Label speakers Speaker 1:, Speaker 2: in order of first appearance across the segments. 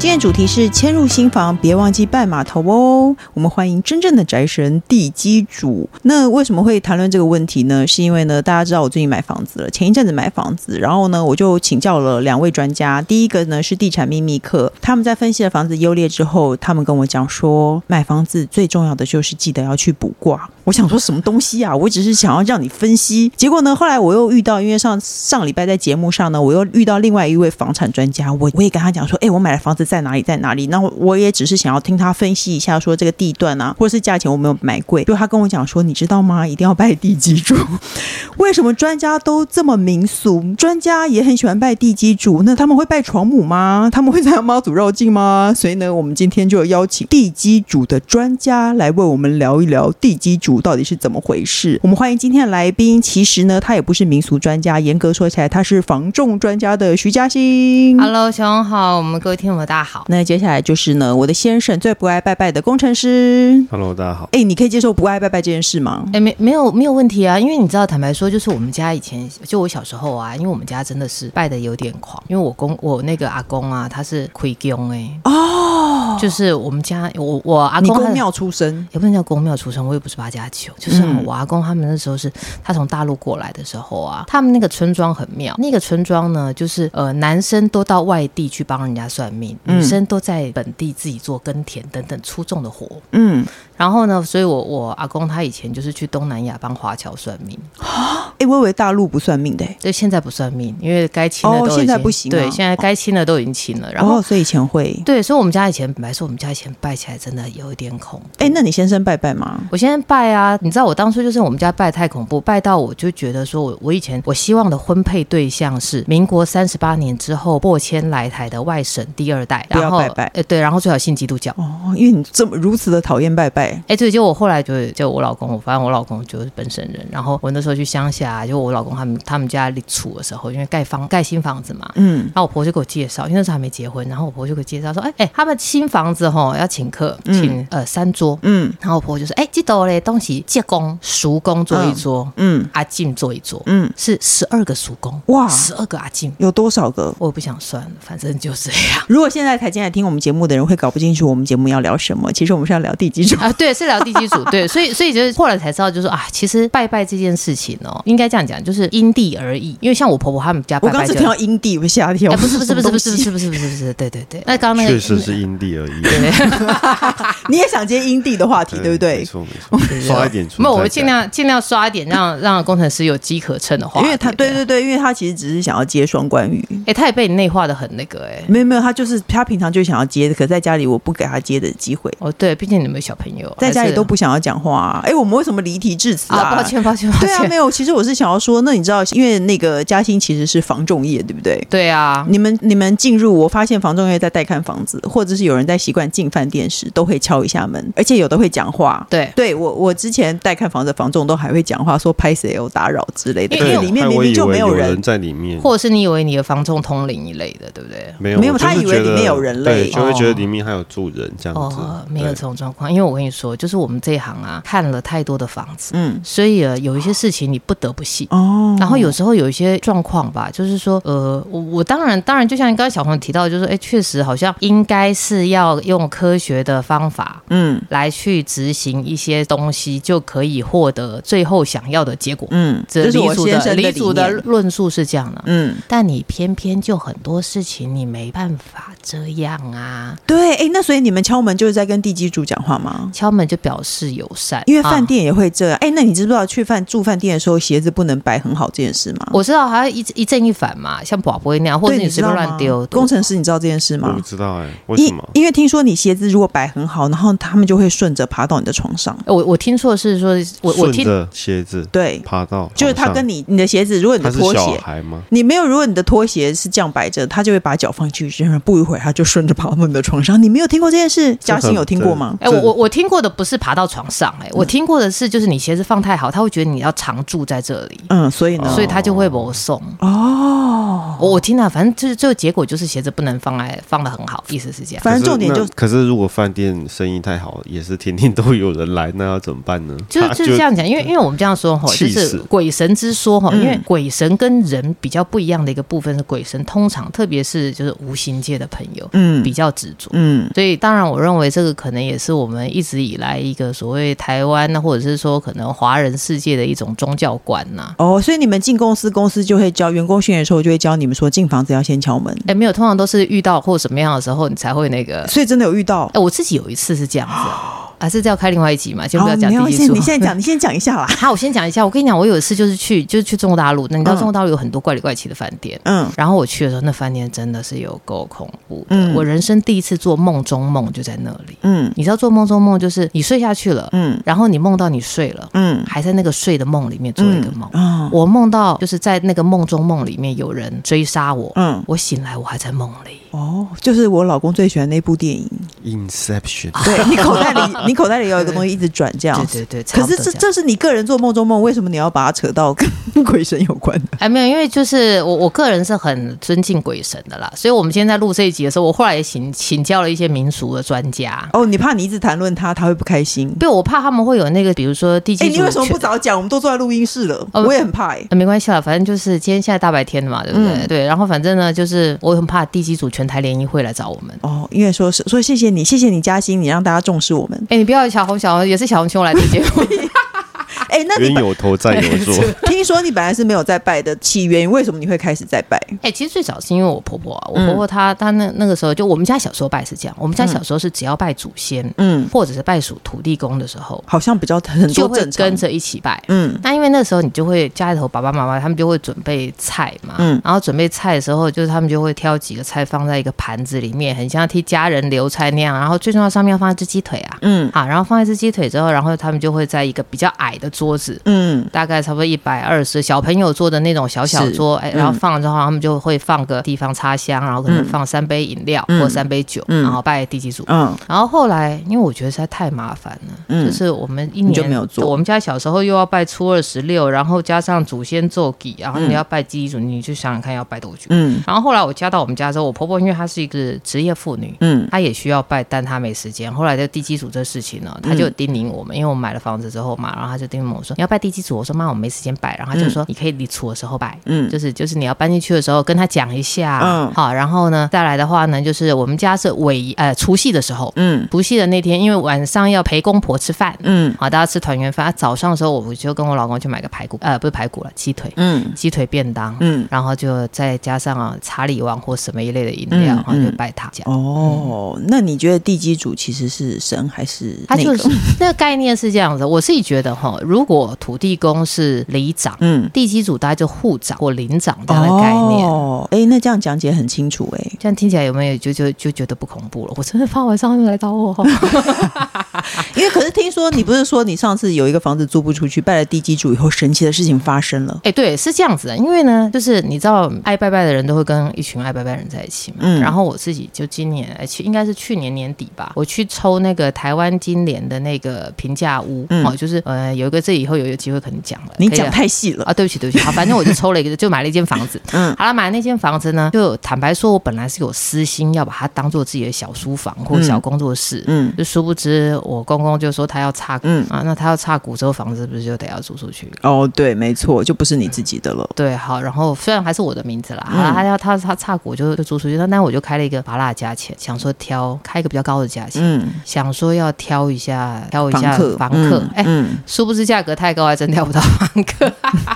Speaker 1: 今天主题是迁入新房，别忘记拜码头哦。我们欢迎真正的宅神地基主。那为什么会谈论这个问题呢？是因为呢，大家知道我最近买房子了，前一阵子买房子，然后呢，我就请教了两位专家。第一个呢是地产秘密课，他们在分析了房子优劣之后，他们跟我讲说，买房子最重要的就是记得要去卜卦。我想说什么东西啊？我只是想要让你分析。结果呢，后来我又遇到，因为上上礼拜在节目上呢，我又遇到另外一位房产专家，我我也跟他讲说，哎、我买了房子在哪里，在哪里？那我我也只是想要听他分析一下，说这个地段啊，或者是价钱我没有买贵。就他跟我讲说，你知道吗？一定要拜地基主。为什么专家都这么民俗？专家也很喜欢拜地基主，那他们会拜床母吗？他们会拜妈祖绕境吗？所以呢，我们今天就有邀请地基主的专家来为我们聊一聊地基主到底是怎么回事。我们欢迎今天的来宾，其实呢，他也不是民俗专家，严格说起来，他是防重专家的徐嘉欣。
Speaker 2: Hello，小红好，我们各位听众大家好。
Speaker 1: 那接下来就是呢，我的先生最不爱拜拜的工程师。
Speaker 3: Hello，大家好。
Speaker 1: 哎，你可以接受不爱拜拜这件事吗？
Speaker 2: 哎、没没有没有问题啊，因为你知道，坦白说，就是我们家以前，就我小时候啊，因为我们家真的是拜的有点狂，因为我公我那个阿公啊，他是魁公哎、哦，就是我们家我我阿
Speaker 1: 你
Speaker 2: 公
Speaker 1: 公
Speaker 2: 他
Speaker 1: 庙出身，
Speaker 2: 也不能叫公庙出身，我也不是八家球，就是啊
Speaker 1: 嗯
Speaker 2: 我阿公他们那时候是他从大陆过来的时候啊，他们那个村庄很妙，那个村庄呢，就是呃男生都到外地去帮人家算命，
Speaker 1: 嗯
Speaker 2: 女生都在本地自己做耕田等等出众的活。
Speaker 1: 嗯，
Speaker 2: 然后呢，所以我我阿公他以前就是去东南亚帮华侨算命，
Speaker 1: 哎，我以为大陆不算命的、欸诶
Speaker 2: 对，现在不算命，因为该亲的
Speaker 1: 哦
Speaker 2: 都已经、
Speaker 1: 现在不行啊
Speaker 2: 对，现在该亲的都已经亲了。然后、
Speaker 1: 哦，所以以前会。
Speaker 2: 对，所以我们家以前本来说我们家以前拜起来真的有一点恐怖。
Speaker 1: 哎、那你先生拜拜吗？
Speaker 2: 我现在拜啊，你知道我当初就是我们家拜太恐怖，拜到我就觉得说我我以前我希望的婚配对象是民国三十八年之后破迁来台的外省第二代，
Speaker 1: 不要
Speaker 2: 然后
Speaker 1: 拜拜
Speaker 2: 呃对，然后最好信基督教。
Speaker 1: 哦，因为你这么如此的讨厌拜拜，
Speaker 2: 哎、对，就我后来就就我老公，我发现我老公就是本省人，然后我那时候去乡下，就我老公他们他们家里处的时候，因为盖房盖新房子嘛。
Speaker 1: 嗯，
Speaker 2: 然后我婆就给我介绍，因为那时候还没结婚，然后我婆就给我介绍说，哎、哎、他们新房子吼要请客，请、呃三桌，
Speaker 1: 嗯
Speaker 2: 然后我婆就说，哎、记得嘞，东西借公、叔公坐一桌，
Speaker 1: 嗯
Speaker 2: 阿进坐一桌，
Speaker 1: 嗯，
Speaker 2: 是十二个叔公，
Speaker 1: 哇
Speaker 2: 十二个阿进，
Speaker 1: 有多少个？
Speaker 2: 我也不想算了，反正就这样
Speaker 1: 如果现在才进来听我们节目的人会搞不清楚我们节目要聊什么，其实我们是要聊第几种。
Speaker 2: 啊。对，是聊地基组，对，所以所以就是后来才知道，就是啊，其实拜拜这件事情哦，应该这样讲，就是因地而异，因为像我婆婆他们家
Speaker 1: 我
Speaker 2: 拜
Speaker 1: 刚
Speaker 2: 拜
Speaker 1: 只
Speaker 2: 就
Speaker 1: 听。到阴地，我吓一跳。
Speaker 2: 哎，不是不是不是不是不
Speaker 1: 什么
Speaker 2: 是不是不是不是，对对对，那刚刚那个
Speaker 3: 确实是因地而异，
Speaker 1: 东西，你也想接阴地的话题， 对不
Speaker 3: 嗯哎没
Speaker 1: 对？
Speaker 3: 错没 错，刷一点存
Speaker 2: 没
Speaker 3: 在感。
Speaker 2: 有，我尽量尽量刷一点，让让工程师有机可乘的话，
Speaker 1: 因为他对。对对，因为他其实只是想要接双关语，
Speaker 2: 哎、他也被你内化的很那个哎、
Speaker 1: 没有没有，他就是他平常就想要接，可在家里我不给他接的机会，
Speaker 2: 哦对，毕竟你们有小朋友，
Speaker 1: 在家
Speaker 2: 还
Speaker 1: 里
Speaker 2: 哦是
Speaker 1: 都不想要讲话、啊。哎，我们为什么离题至此
Speaker 2: 啊，抱歉抱歉抱歉，
Speaker 1: 对啊，没有。其实我是想要说，那你知道，因为那个嘉兴其实是房仲业，对不对？
Speaker 2: 对啊，
Speaker 1: 你们你们进入，我发现房仲业在带看房子，或者是有人在习惯进饭店时，都会敲一下门，而且有的会讲话。
Speaker 2: 对。
Speaker 1: 对我，我之前带看房子，房仲都还会讲话，说拍谁有打扰之类的，因
Speaker 3: 对，
Speaker 1: 为里面
Speaker 3: 害
Speaker 1: 明
Speaker 3: 我以
Speaker 1: 明
Speaker 3: 为
Speaker 1: 就没
Speaker 3: 有
Speaker 1: 人。
Speaker 3: 在里面，
Speaker 2: 或者是你以为你的房仲通灵一类的，对不对？
Speaker 3: 没有
Speaker 1: 没有
Speaker 3: 我就是
Speaker 1: 他以为
Speaker 3: 觉
Speaker 1: 里
Speaker 3: 得
Speaker 1: 面有人类
Speaker 3: 对，就会觉
Speaker 2: 哦
Speaker 3: 得里面还有住人这样子
Speaker 2: 哦，，没有
Speaker 3: 对
Speaker 2: 这种状况，因为我跟你说，就是我们这一行啊，看了太多的房子，
Speaker 1: 嗯，
Speaker 2: 所以呃，有一些事情你不得不信。
Speaker 1: 哦，
Speaker 2: 然后有时候有一些状况吧，就是说，呃，我我当然当然，就像刚刚小红提到的，就是哎，确实好像应该是要用科学的方法
Speaker 1: 嗯
Speaker 2: 来去执行一些东西，就可以获得最后想要的结果。
Speaker 1: 嗯，
Speaker 2: 这
Speaker 1: 这是
Speaker 2: 李
Speaker 1: 我
Speaker 2: 祖
Speaker 1: 先
Speaker 2: 的
Speaker 1: 生
Speaker 2: 李
Speaker 1: 的
Speaker 2: 祖
Speaker 1: 理
Speaker 2: 的
Speaker 1: 念。
Speaker 2: 论述是这样的，
Speaker 1: 嗯，
Speaker 2: 但你偏偏就很多事情你没办法这样啊。
Speaker 1: 对，哎，那所以你们敲门就是在跟地基主讲话吗？
Speaker 2: 敲门就表示友善，
Speaker 1: 因为饭、
Speaker 2: 啊、
Speaker 1: 店也会这样。哎、那你知不知道去饭住饭店的时候鞋子不能摆很好这件事吗？
Speaker 2: 我知道还要一一正一反嘛，像宝贝那样，或者
Speaker 1: 对
Speaker 2: 你随
Speaker 1: 知
Speaker 2: 便
Speaker 1: 道
Speaker 2: 乱
Speaker 1: 吗？
Speaker 2: 丢。
Speaker 1: 工程师，你知道这件事
Speaker 3: 我
Speaker 1: 吗
Speaker 3: 不？知道哎，为
Speaker 1: 因
Speaker 3: 什么？
Speaker 1: 因为听说你鞋子如果摆很好，然后他们就会顺着爬到你的床上。
Speaker 2: 呃我我听错是说，我我
Speaker 3: 顺
Speaker 2: 听
Speaker 3: 着鞋子
Speaker 1: 对，
Speaker 3: 爬到，
Speaker 1: 就是他跟
Speaker 3: 你，
Speaker 1: 你你的鞋子，如果你
Speaker 3: 他
Speaker 1: 的
Speaker 3: 是
Speaker 1: 拖
Speaker 3: 小
Speaker 1: 鞋，
Speaker 3: 孩吗？
Speaker 1: 你没有，如果你的拖鞋是这样摆着，他就会把脚放进去，然后不一会儿他就顺着爬到你的床上。你没有听过这件事？嘉欣有听过吗？
Speaker 2: 哎、我我我听过的不是爬到床上、
Speaker 3: 嗯
Speaker 2: 哎，我听过的是就是你鞋子放太好，他会觉得你要常住在这里，
Speaker 1: 嗯，所以
Speaker 3: 哦
Speaker 1: 呢，
Speaker 2: 所以他就会磨送。
Speaker 1: 哦，
Speaker 2: 我我听了，反正就是最后结果就是鞋子不能放来放的很好，意思是这样。
Speaker 1: 反正重点
Speaker 3: 可
Speaker 1: 就是
Speaker 3: 那可是如果饭店生意太好，也是天天都有人来，那要怎么办呢？
Speaker 2: 就是
Speaker 3: 他
Speaker 2: 就是这样讲，因为因为我们这样说哈，就
Speaker 3: 气死
Speaker 2: 是鬼神之说哈，
Speaker 1: 嗯
Speaker 2: 因为鬼神跟人比较不一样的一个部分是，鬼神通常特别是就是无形界的朋友
Speaker 1: 嗯
Speaker 2: 比较执着。
Speaker 1: 嗯
Speaker 2: 所以，当然，我认为这个可能也是我们一直以来一个所谓台湾，或者是说可能华人世界的一种宗教观呐、
Speaker 1: 哦，所以你们进公司，公司就会教员工训练的时候，就会教你们说进房子要先敲门。
Speaker 2: 哎，没有，通常都是遇到或什么样的时候，你才会那个。
Speaker 1: 所以真的有遇到。
Speaker 2: 哎，我自己有一次是这样子， 还是要开另外一集嘛，先不
Speaker 1: 好，
Speaker 2: 要
Speaker 1: 你
Speaker 2: 讲
Speaker 1: 要
Speaker 2: 第一
Speaker 1: 哦先
Speaker 2: 组。
Speaker 1: 你现在讲，你先讲一下啦。
Speaker 2: 好，我先讲一下，我跟你讲，我有一次就是去，就是去中国大陆，那你知道中国大陆有很多怪里怪气的饭店。
Speaker 1: 嗯，
Speaker 2: 然后我去的时候，那饭店真的是有够恐怖的。
Speaker 1: 嗯
Speaker 2: 我人生第一次做梦中梦就在那里。
Speaker 1: 嗯
Speaker 2: 你知道做梦中梦就是你睡下去了，
Speaker 1: 嗯
Speaker 2: 然后你梦到你睡了，
Speaker 1: 嗯，
Speaker 2: 还在那个睡的梦里面做一个梦。
Speaker 1: 啊，
Speaker 2: 我梦到就是在那个梦中梦里面有人追杀我，
Speaker 1: 嗯
Speaker 2: 我醒来我还在梦里。
Speaker 1: 哦，就是我老公最喜欢那部电 影。
Speaker 3: Inception，
Speaker 1: 对你口袋里， 你口袋里有一个东西一直转这样
Speaker 2: 对
Speaker 1: 子。
Speaker 2: 对对，差
Speaker 1: 可
Speaker 2: 不
Speaker 1: 是
Speaker 2: 多
Speaker 1: 这
Speaker 2: 样
Speaker 1: 这是你个人做梦中梦，为什么你要把它扯到 跟鬼神有关的？
Speaker 2: 哎，没有，因为就是我我个人是很尊敬鬼神的啦，所以我们今天在录这一集的时候，我后来也请请教了一些民俗的专家。
Speaker 1: 哦，你怕你一直谈论他，他会不开心。
Speaker 2: 对，我怕他们会有那个，比如说地基
Speaker 1: 哎，
Speaker 2: 主
Speaker 1: 你为什么
Speaker 2: 权
Speaker 1: 不早讲？我们都坐在录音室了，
Speaker 2: 哦
Speaker 1: 我也很怕哎。
Speaker 2: 呃没关系啦，反正就是今天现在大白天的嘛，对不对？
Speaker 1: 嗯
Speaker 2: 对，然后反正呢，就是我很怕地基组全台联谊会来找我们。
Speaker 1: 哦，因为说是说谢谢你，谢谢你嘉欣，你让大家重视我们。
Speaker 2: 哎、你不要小红小红，也是小红请我来听节目。啊
Speaker 1: 哎，那
Speaker 3: 冤
Speaker 1: 你本
Speaker 3: 有 头债有主，
Speaker 1: 听说你本来是没有在拜的，起源为什么你会开始在拜？
Speaker 2: 哎、其实最早是因为我婆婆啊，我婆
Speaker 1: 嗯
Speaker 2: 婆她、她那那个时候就我们家小时候拜是这样，我们家小时候是只要拜祖先、
Speaker 1: 嗯，
Speaker 2: 或者是拜属土地公的时候，
Speaker 1: 好像比较很
Speaker 2: 就
Speaker 1: 多
Speaker 2: 会
Speaker 1: 正常
Speaker 2: 跟。着一起拜。
Speaker 1: 嗯
Speaker 2: 那因为那时候你就会家里头爸爸妈妈他们就会准备菜嘛，
Speaker 1: 嗯
Speaker 2: 然后准备菜的时候，就是他们就会挑几个菜放在一个盘子里面，很像替家人留菜那样。然后最重要上面要放一只鸡腿啊，
Speaker 1: 嗯
Speaker 2: 好，然后放一只鸡腿之后，然后他们就会在一个比较矮的桌子。
Speaker 1: 嗯
Speaker 2: 大概差不多一百二十小朋友坐的那种小小桌，哎，
Speaker 1: 嗯
Speaker 2: 然后放了之后，他们就会放个地方插香，然后可能放三杯饮料
Speaker 1: 嗯
Speaker 2: 或三杯酒，
Speaker 1: 嗯
Speaker 2: 然后拜地基主。
Speaker 1: 嗯
Speaker 2: 然后后来，因为我觉得实在太麻烦了，
Speaker 1: 嗯
Speaker 2: 就是我们一
Speaker 1: 你
Speaker 2: 年
Speaker 1: 就没有做
Speaker 2: 我们家小时候又要拜初二十六，然后加上祖先奏祭，然后你要拜祭祖，你就想想看要拜多久。
Speaker 1: 嗯
Speaker 2: 然后后来我嫁到我们家之后，我婆婆因为她是一个职业妇女。
Speaker 1: 嗯
Speaker 2: 她也需要拜，但她没时间。后来就地基组这事情
Speaker 1: 嗯
Speaker 2: 呢，她就叮咛我们，因为我们买了房子之后嘛，然后她就叮咛我说你要拜地基组，我说妈，我没时间拜。然后她就说、你可以离除的时候拜，
Speaker 1: 嗯
Speaker 2: 就是就是你要搬进去的时候跟他讲一下，
Speaker 1: 嗯
Speaker 2: 好，然后呢再来的话呢，就是我们家是尾呃除夕的时候，
Speaker 1: 嗯
Speaker 2: 除夕的那天，因为晚上要陪公婆吃饭，
Speaker 1: 嗯
Speaker 2: 好，大家吃团圆饭。啊早上的时候，我就跟我老公去买个排骨，呃，不是排骨了，鸡腿，
Speaker 1: 嗯
Speaker 2: 鸡腿便当，
Speaker 1: 嗯。
Speaker 2: 然后就再加上啊茶里王或什么一类的饮料，
Speaker 1: 嗯
Speaker 2: 然后就
Speaker 1: 嗯
Speaker 2: 拜他这样。
Speaker 1: 哦，那你觉得地基主其实是神还是
Speaker 2: 嗯他
Speaker 1: 那
Speaker 2: 就
Speaker 1: 个？
Speaker 2: 是那个概念是这样子，我自己觉得哈，如果土地公是里长，
Speaker 1: 嗯，
Speaker 2: 地基主大概就护长或领长这样的概念。
Speaker 1: 哦，哎、那这样讲解很清楚哎、
Speaker 2: 这样听起来有没有就就就觉得不恐怖了？我真的怕晚上他们来找我哦。
Speaker 1: 因为可是听说你不是说你上次有一个房子租不出去，拜了地基主以后，神奇的事情发生了。
Speaker 2: 哎、对，是这样子的，因为呢，就是你知道，爱拜拜的人都会跟一群爱拜拜人在一起嘛。
Speaker 1: 嗯
Speaker 2: 然后我自己就今年，哎，去应该是去年年底吧，我去抽那个台湾金莲的那个平价屋，
Speaker 1: 嗯
Speaker 2: 哦，就是呃，有一个这以后有有机会可能讲了，
Speaker 1: 你
Speaker 2: 可以
Speaker 1: 讲
Speaker 2: 啊
Speaker 1: 太细了，
Speaker 2: 啊，对不起，对不起，好，反正我就抽了一个，就买了一间房子。
Speaker 1: 嗯
Speaker 2: 好了，买了那间房子呢，就坦白说，我本来是有私心要把它当做自己的小书房或小工作室，
Speaker 1: 嗯
Speaker 2: 就殊不知我公公就说他要插股、
Speaker 1: 嗯
Speaker 2: 啊，那他要插股之后，房子不是就得要租出去？
Speaker 1: 哦，对，没错，就不是你自己的了。
Speaker 2: 对，好，然后虽然还是我的名字啦，
Speaker 1: 嗯
Speaker 2: 好啦他要他他差股就就租出去，那那我就开了一个拔蜡价钱，想说挑开一个比较高的价钱，
Speaker 1: 嗯，
Speaker 2: 想说要挑一下挑一
Speaker 1: 房
Speaker 2: 下
Speaker 1: 客，
Speaker 2: 房客，哎、
Speaker 1: 嗯，
Speaker 2: 殊不知价格太高，还真挑不到房客。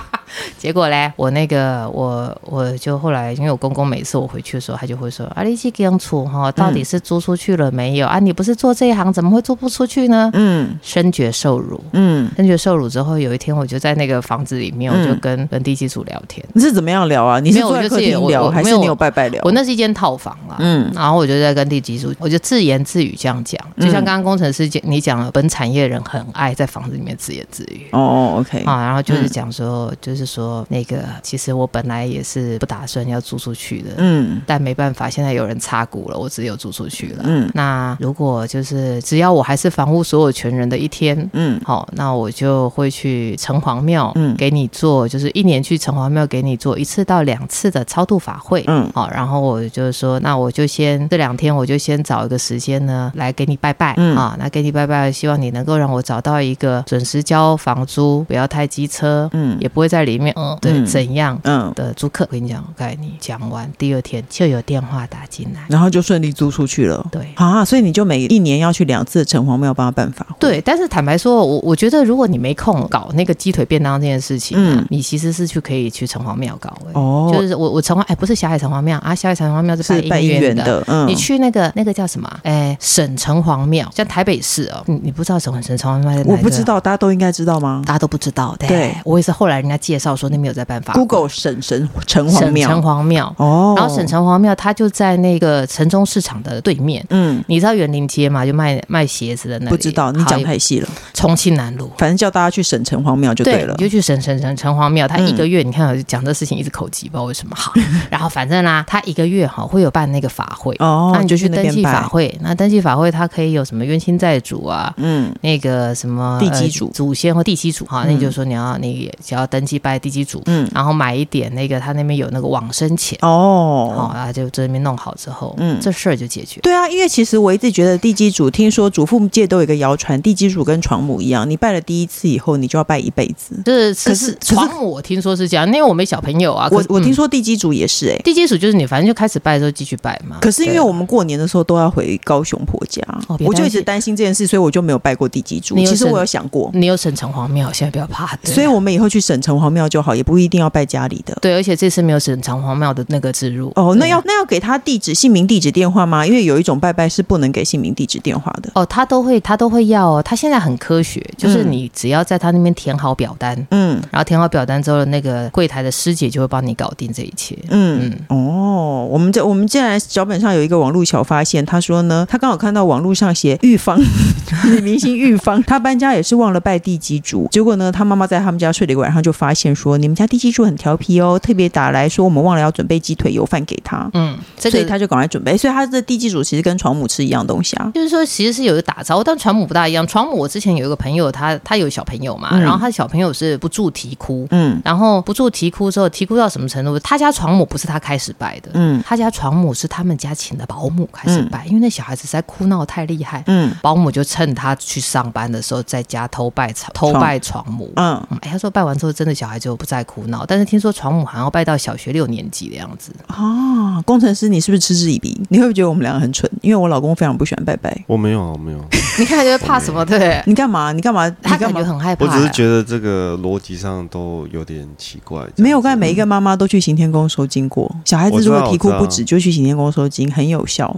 Speaker 2: 结果嘞，我那个我我就后来，因为我公公每次我回去的时候，他就会说：“啊，你这个样处哈，
Speaker 1: 嗯
Speaker 2: 到底是租出去了没有？啊，你不是做这一行，怎么会租不出去呢？”
Speaker 1: 嗯
Speaker 2: 深觉受辱，
Speaker 1: 嗯，
Speaker 2: 深觉受辱之后，有一天我就在那个房子里面，
Speaker 1: 嗯
Speaker 2: 我就跟跟地基组聊天。
Speaker 1: 你是怎么样聊啊？你是
Speaker 2: 没有
Speaker 1: 坐在
Speaker 2: 我就
Speaker 1: 客
Speaker 2: 是
Speaker 1: 厅
Speaker 2: 我
Speaker 1: 聊，
Speaker 2: 我
Speaker 1: 还
Speaker 2: 没
Speaker 1: 是
Speaker 2: 有
Speaker 1: 你有拜拜聊？
Speaker 2: 我那是一间套房啦，
Speaker 1: 嗯
Speaker 2: 然后我就在跟地基组，我就自言自语这样讲，就像
Speaker 1: 嗯
Speaker 2: 刚刚工程师讲你讲了，本产业人很爱在房子里面自言自语。
Speaker 1: 哦，OK，
Speaker 2: 啊，然后就是
Speaker 1: 嗯
Speaker 2: 讲说，就是说那个，其实我本来也是不打算要租出去的，
Speaker 1: 嗯
Speaker 2: 但没办法，现在有人插股了，我只有租出去了。
Speaker 1: 嗯
Speaker 2: 那如果就是只要我还是房屋所有权人的一天。
Speaker 1: 嗯
Speaker 2: 好，那我就会去城隍庙，
Speaker 1: 嗯
Speaker 2: 给你做，就是一年去城隍庙给你做一次到两次的超度法会，
Speaker 1: 嗯
Speaker 2: 好，然后我就说，那我就先这两天，我就先找一个时间呢，来给你拜拜、
Speaker 1: 嗯
Speaker 2: 啊，那给你拜拜，希望你能够让我找到一个准时交房租，不要太机车，
Speaker 1: 嗯
Speaker 2: 也不会在里面，嗯，对，
Speaker 1: 嗯
Speaker 2: 怎样
Speaker 1: 嗯，
Speaker 2: 的租客。我跟你讲，我跟你讲完，第二天就有电话打进来，
Speaker 1: 然后就顺利租出去了。
Speaker 2: 对。
Speaker 1: 啊，所以你就每一年要去两次城隍庙帮他办法会。
Speaker 2: 对，但是坦白说，我我觉得如果你没空搞那个鸡腿便当这件事情、啊，
Speaker 1: 嗯
Speaker 2: 你其实是去可以去城隍庙搞、欸。
Speaker 1: 哦，
Speaker 2: 就是我我城隍哎，不是小海城隍庙啊，小海城隍庙是
Speaker 1: 是拜姻
Speaker 2: 缘
Speaker 1: 缘的，嗯，
Speaker 2: 你去那个那个叫什么啊？哎，省城隍庙，像台北市哦，你你不知道省省城隍庙在哪？
Speaker 1: 我不知，道，大家都应该知道吗
Speaker 2: 大家都不知道的。
Speaker 1: 对
Speaker 2: 我也是后来人家介绍说那边有在办法
Speaker 1: ？Google 省神城隍
Speaker 2: 省
Speaker 1: 庙
Speaker 2: 城，隍庙，
Speaker 1: 哦，
Speaker 2: 然后省城隍庙它就在那个城中市场的对面。
Speaker 1: 嗯，
Speaker 2: 你知道园林街嘛？就卖卖鞋子的那里。
Speaker 1: 不知道，你
Speaker 2: 好
Speaker 1: 讲太细了，
Speaker 2: 重庆南路。
Speaker 1: 反正叫大家去省城隍庙就对了
Speaker 2: 你。就去省省省城隍庙，他
Speaker 1: 嗯
Speaker 2: 一个月，你看我讲这事情一直口急，不知道为什 么好。然后反正啦，他一个月哈会有办那个法会，
Speaker 1: 哦，
Speaker 2: 那你就去
Speaker 1: 那
Speaker 2: 登
Speaker 1: 边
Speaker 2: 记法
Speaker 1: 拜，
Speaker 2: 会。那登记法会，它可以有什么冤亲债主啊，
Speaker 1: 嗯
Speaker 2: 那个什么
Speaker 1: 地基主
Speaker 2: 呃祖先或地基主哈，那
Speaker 1: 嗯
Speaker 2: 你就说你要你只要登记拜地基主，
Speaker 1: 嗯，
Speaker 2: 然后买一点那个他那边有那个往生钱，哦，
Speaker 1: 哦。
Speaker 2: 然后就这边弄好之后，
Speaker 1: 嗯
Speaker 2: 这事儿就解决。
Speaker 1: 对啊，因为其实我一直觉得地基主，听说祖父界都有一个谣传，地基主跟床母一样，你拜了第一次以后，你就要拜一辈子。
Speaker 2: 这
Speaker 1: 可
Speaker 2: 是
Speaker 1: 是
Speaker 2: 是
Speaker 1: 可是
Speaker 2: 床母，我听说是这样，因为我没小朋友啊。可
Speaker 1: 我
Speaker 2: 是
Speaker 1: 我听、
Speaker 2: 嗯
Speaker 1: 说地基主也是哎、
Speaker 2: 地基主就是你，反正就开始拜的时候继续拜嘛。
Speaker 1: 可是因为
Speaker 2: 啊对
Speaker 1: 我们过年的时候都要回高雄婆家，
Speaker 2: 哦别
Speaker 1: 我就
Speaker 2: 担
Speaker 1: 一直
Speaker 2: 心
Speaker 1: 担心这件事，所以我就没有拜过地基主。
Speaker 2: 你有
Speaker 1: 其实
Speaker 2: 省
Speaker 1: 我有想过，
Speaker 2: 你有省城隍庙，现在不要怕。对
Speaker 1: 所以我们以后去省城隍庙就好，也不一定要拜家里的。
Speaker 2: 对，而且这次没有省城隍庙的那个植入。
Speaker 1: 哦，那
Speaker 2: 对
Speaker 1: 要那要给他地址、姓名、地址、电话吗？因为有一种拜拜是不能给姓名、地址、电话的。
Speaker 2: 哦，他都会，他都会要哦。他现在很科学，就是
Speaker 1: 嗯
Speaker 2: 你只要在他那边填好表单，
Speaker 1: 嗯
Speaker 2: 然后填好表单之后，那个柜台的师姐就会帮你搞定这一切。
Speaker 1: 嗯哦，我们这我们竟然脚本上有一个网络小发现，他说呢，他刚好看到网络上写玉芳 女明星玉芳，她搬家也是忘了拜地基主，结果呢，她妈妈在他们家睡了一个晚上，就发现说你们家地基主很调皮哦，特别打来说我们忘了要准备鸡腿油饭给他，
Speaker 2: 嗯，这
Speaker 1: 所以
Speaker 2: 个
Speaker 1: 他就赶快准备，所以他的地基主其实跟床母吃一样东西啊，
Speaker 2: 就是说，其实是有一个打招呼，但床母不大一样。床母我之前有一个朋友，他他有小朋友嘛，
Speaker 1: 嗯
Speaker 2: 然后他小朋友是不住啼哭，
Speaker 1: 嗯
Speaker 2: 然后不住啼哭之后，啼哭到什么程度？他家床母不是他开始拜的，
Speaker 1: 嗯
Speaker 2: 他家床母是他们家请的保姆开始拜，因为那小孩子实在哭闹太厉害，
Speaker 1: 嗯
Speaker 2: 保姆就趁他去上班的时候在家偷拜床偷拜床母。
Speaker 1: 嗯，
Speaker 2: 嗯哎，他说拜完之后，真的小孩就不再哭闹，但是听说床母好像要拜到小学六年级的样子。
Speaker 1: 啊，工程师你是不是嗤之以鼻？你会不会觉得我们两个很蠢？因为我老公非常不喜欢拜拜，
Speaker 3: 我没有啊，我没有，
Speaker 2: 你看，就是怕什么？对，
Speaker 1: 你干嘛？你干嘛？你
Speaker 2: 他
Speaker 1: 干
Speaker 2: 感
Speaker 1: 嘛
Speaker 2: 觉？很害怕。
Speaker 3: 我只是觉得这个逻辑上都有点奇怪。这样子
Speaker 1: 没有，刚才
Speaker 2: 嗯
Speaker 1: 每一个妈妈都去行天宫收金过。小孩子如果啼哭不
Speaker 3: 我知
Speaker 1: 止，
Speaker 3: 道嗯
Speaker 1: 就去行天宫收金，很有效。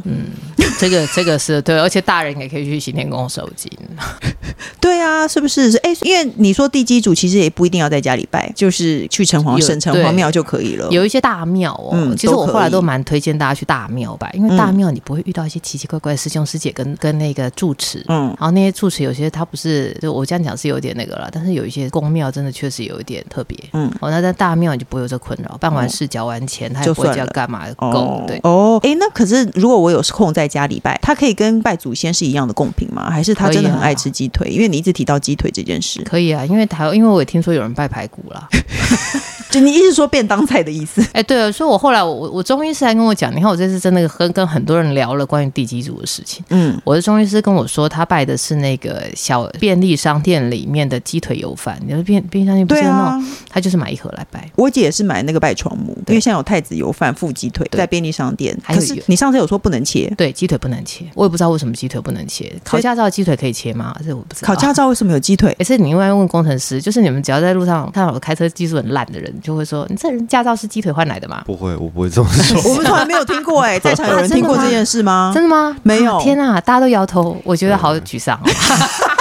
Speaker 2: 这个这个是对，而且大人也可以去行天宫收金。
Speaker 1: 哦对啊，是不是？是哎，因为你说地基主其实也不一定要在家里拜，就是去城隍、
Speaker 2: 有
Speaker 1: 省城隍庙就可以了。
Speaker 2: 有一些大庙哦，
Speaker 1: 嗯
Speaker 2: 其实我
Speaker 1: 都可以嗯
Speaker 2: 后来都蛮推荐大家去大庙拜，因为大庙你不会遇到一些奇奇怪怪的师兄师姐跟跟那个住持。
Speaker 1: 嗯，
Speaker 2: 然后那些住持有些他不是，就我这样讲是有点那个了，但是有一些宫庙真的确实有一点特别。
Speaker 1: 嗯
Speaker 2: 嗯，哦，那在大庙你就不会有这困扰，办完事缴完钱，他
Speaker 1: 就
Speaker 2: 也不会
Speaker 1: 算
Speaker 2: 要
Speaker 1: 了
Speaker 2: 干嘛
Speaker 1: 哦
Speaker 2: 够。对，
Speaker 1: 哦，哎，那可是如果我有空在家里拜，他可以跟拜祖先是一样的贡品吗？还是他真的很爱吃
Speaker 2: 啊
Speaker 1: 鸡腿？因为你一直提到鸡腿这件事。
Speaker 2: 可以啊，因为台因为我也听说有人拜排骨啦，
Speaker 1: 就你意思说便当菜的意思？
Speaker 2: 哎、对了，所以我后来我我我中医师还跟我讲，你看我这次真的跟跟很多人聊了关于地基组的事情。
Speaker 1: 嗯，
Speaker 2: 我的中医师跟我说，他拜的是那个小便利商店里面的鸡腿油饭。你说便便利商店不
Speaker 1: 对
Speaker 2: 是有那种，
Speaker 1: 啊，
Speaker 2: 他就是买一盒来拜。
Speaker 1: 我姐也是买那个拜床母，因
Speaker 2: 对
Speaker 1: 为现在有太子油饭、腹鸡腿
Speaker 2: 对
Speaker 1: 在便利商店，
Speaker 2: 还有
Speaker 1: 可是
Speaker 2: 一个
Speaker 1: 你上次有说不能切，
Speaker 2: 对，鸡腿不能切，我也不知道为什么鸡腿不能切。考驾照的鸡腿可以切吗？这我 不知道。
Speaker 1: 烤驾照为什么有鸡 腿？
Speaker 2: 也是你另外问工程师，就是你们只要在路上看到有开车技术很烂的人，就会说你这人驾照是鸡腿换来的吗？
Speaker 3: 不会，我不会这么 说。
Speaker 1: 我们从来没有听过 哎、在场有人
Speaker 2: 啊真
Speaker 1: 听
Speaker 2: 的
Speaker 1: 过
Speaker 2: 吗
Speaker 1: 这件事吗？
Speaker 2: 真的吗？
Speaker 1: 没有
Speaker 2: 啊天啊，大家都摇头，我觉得好
Speaker 3: 啊
Speaker 2: 沮丧哦。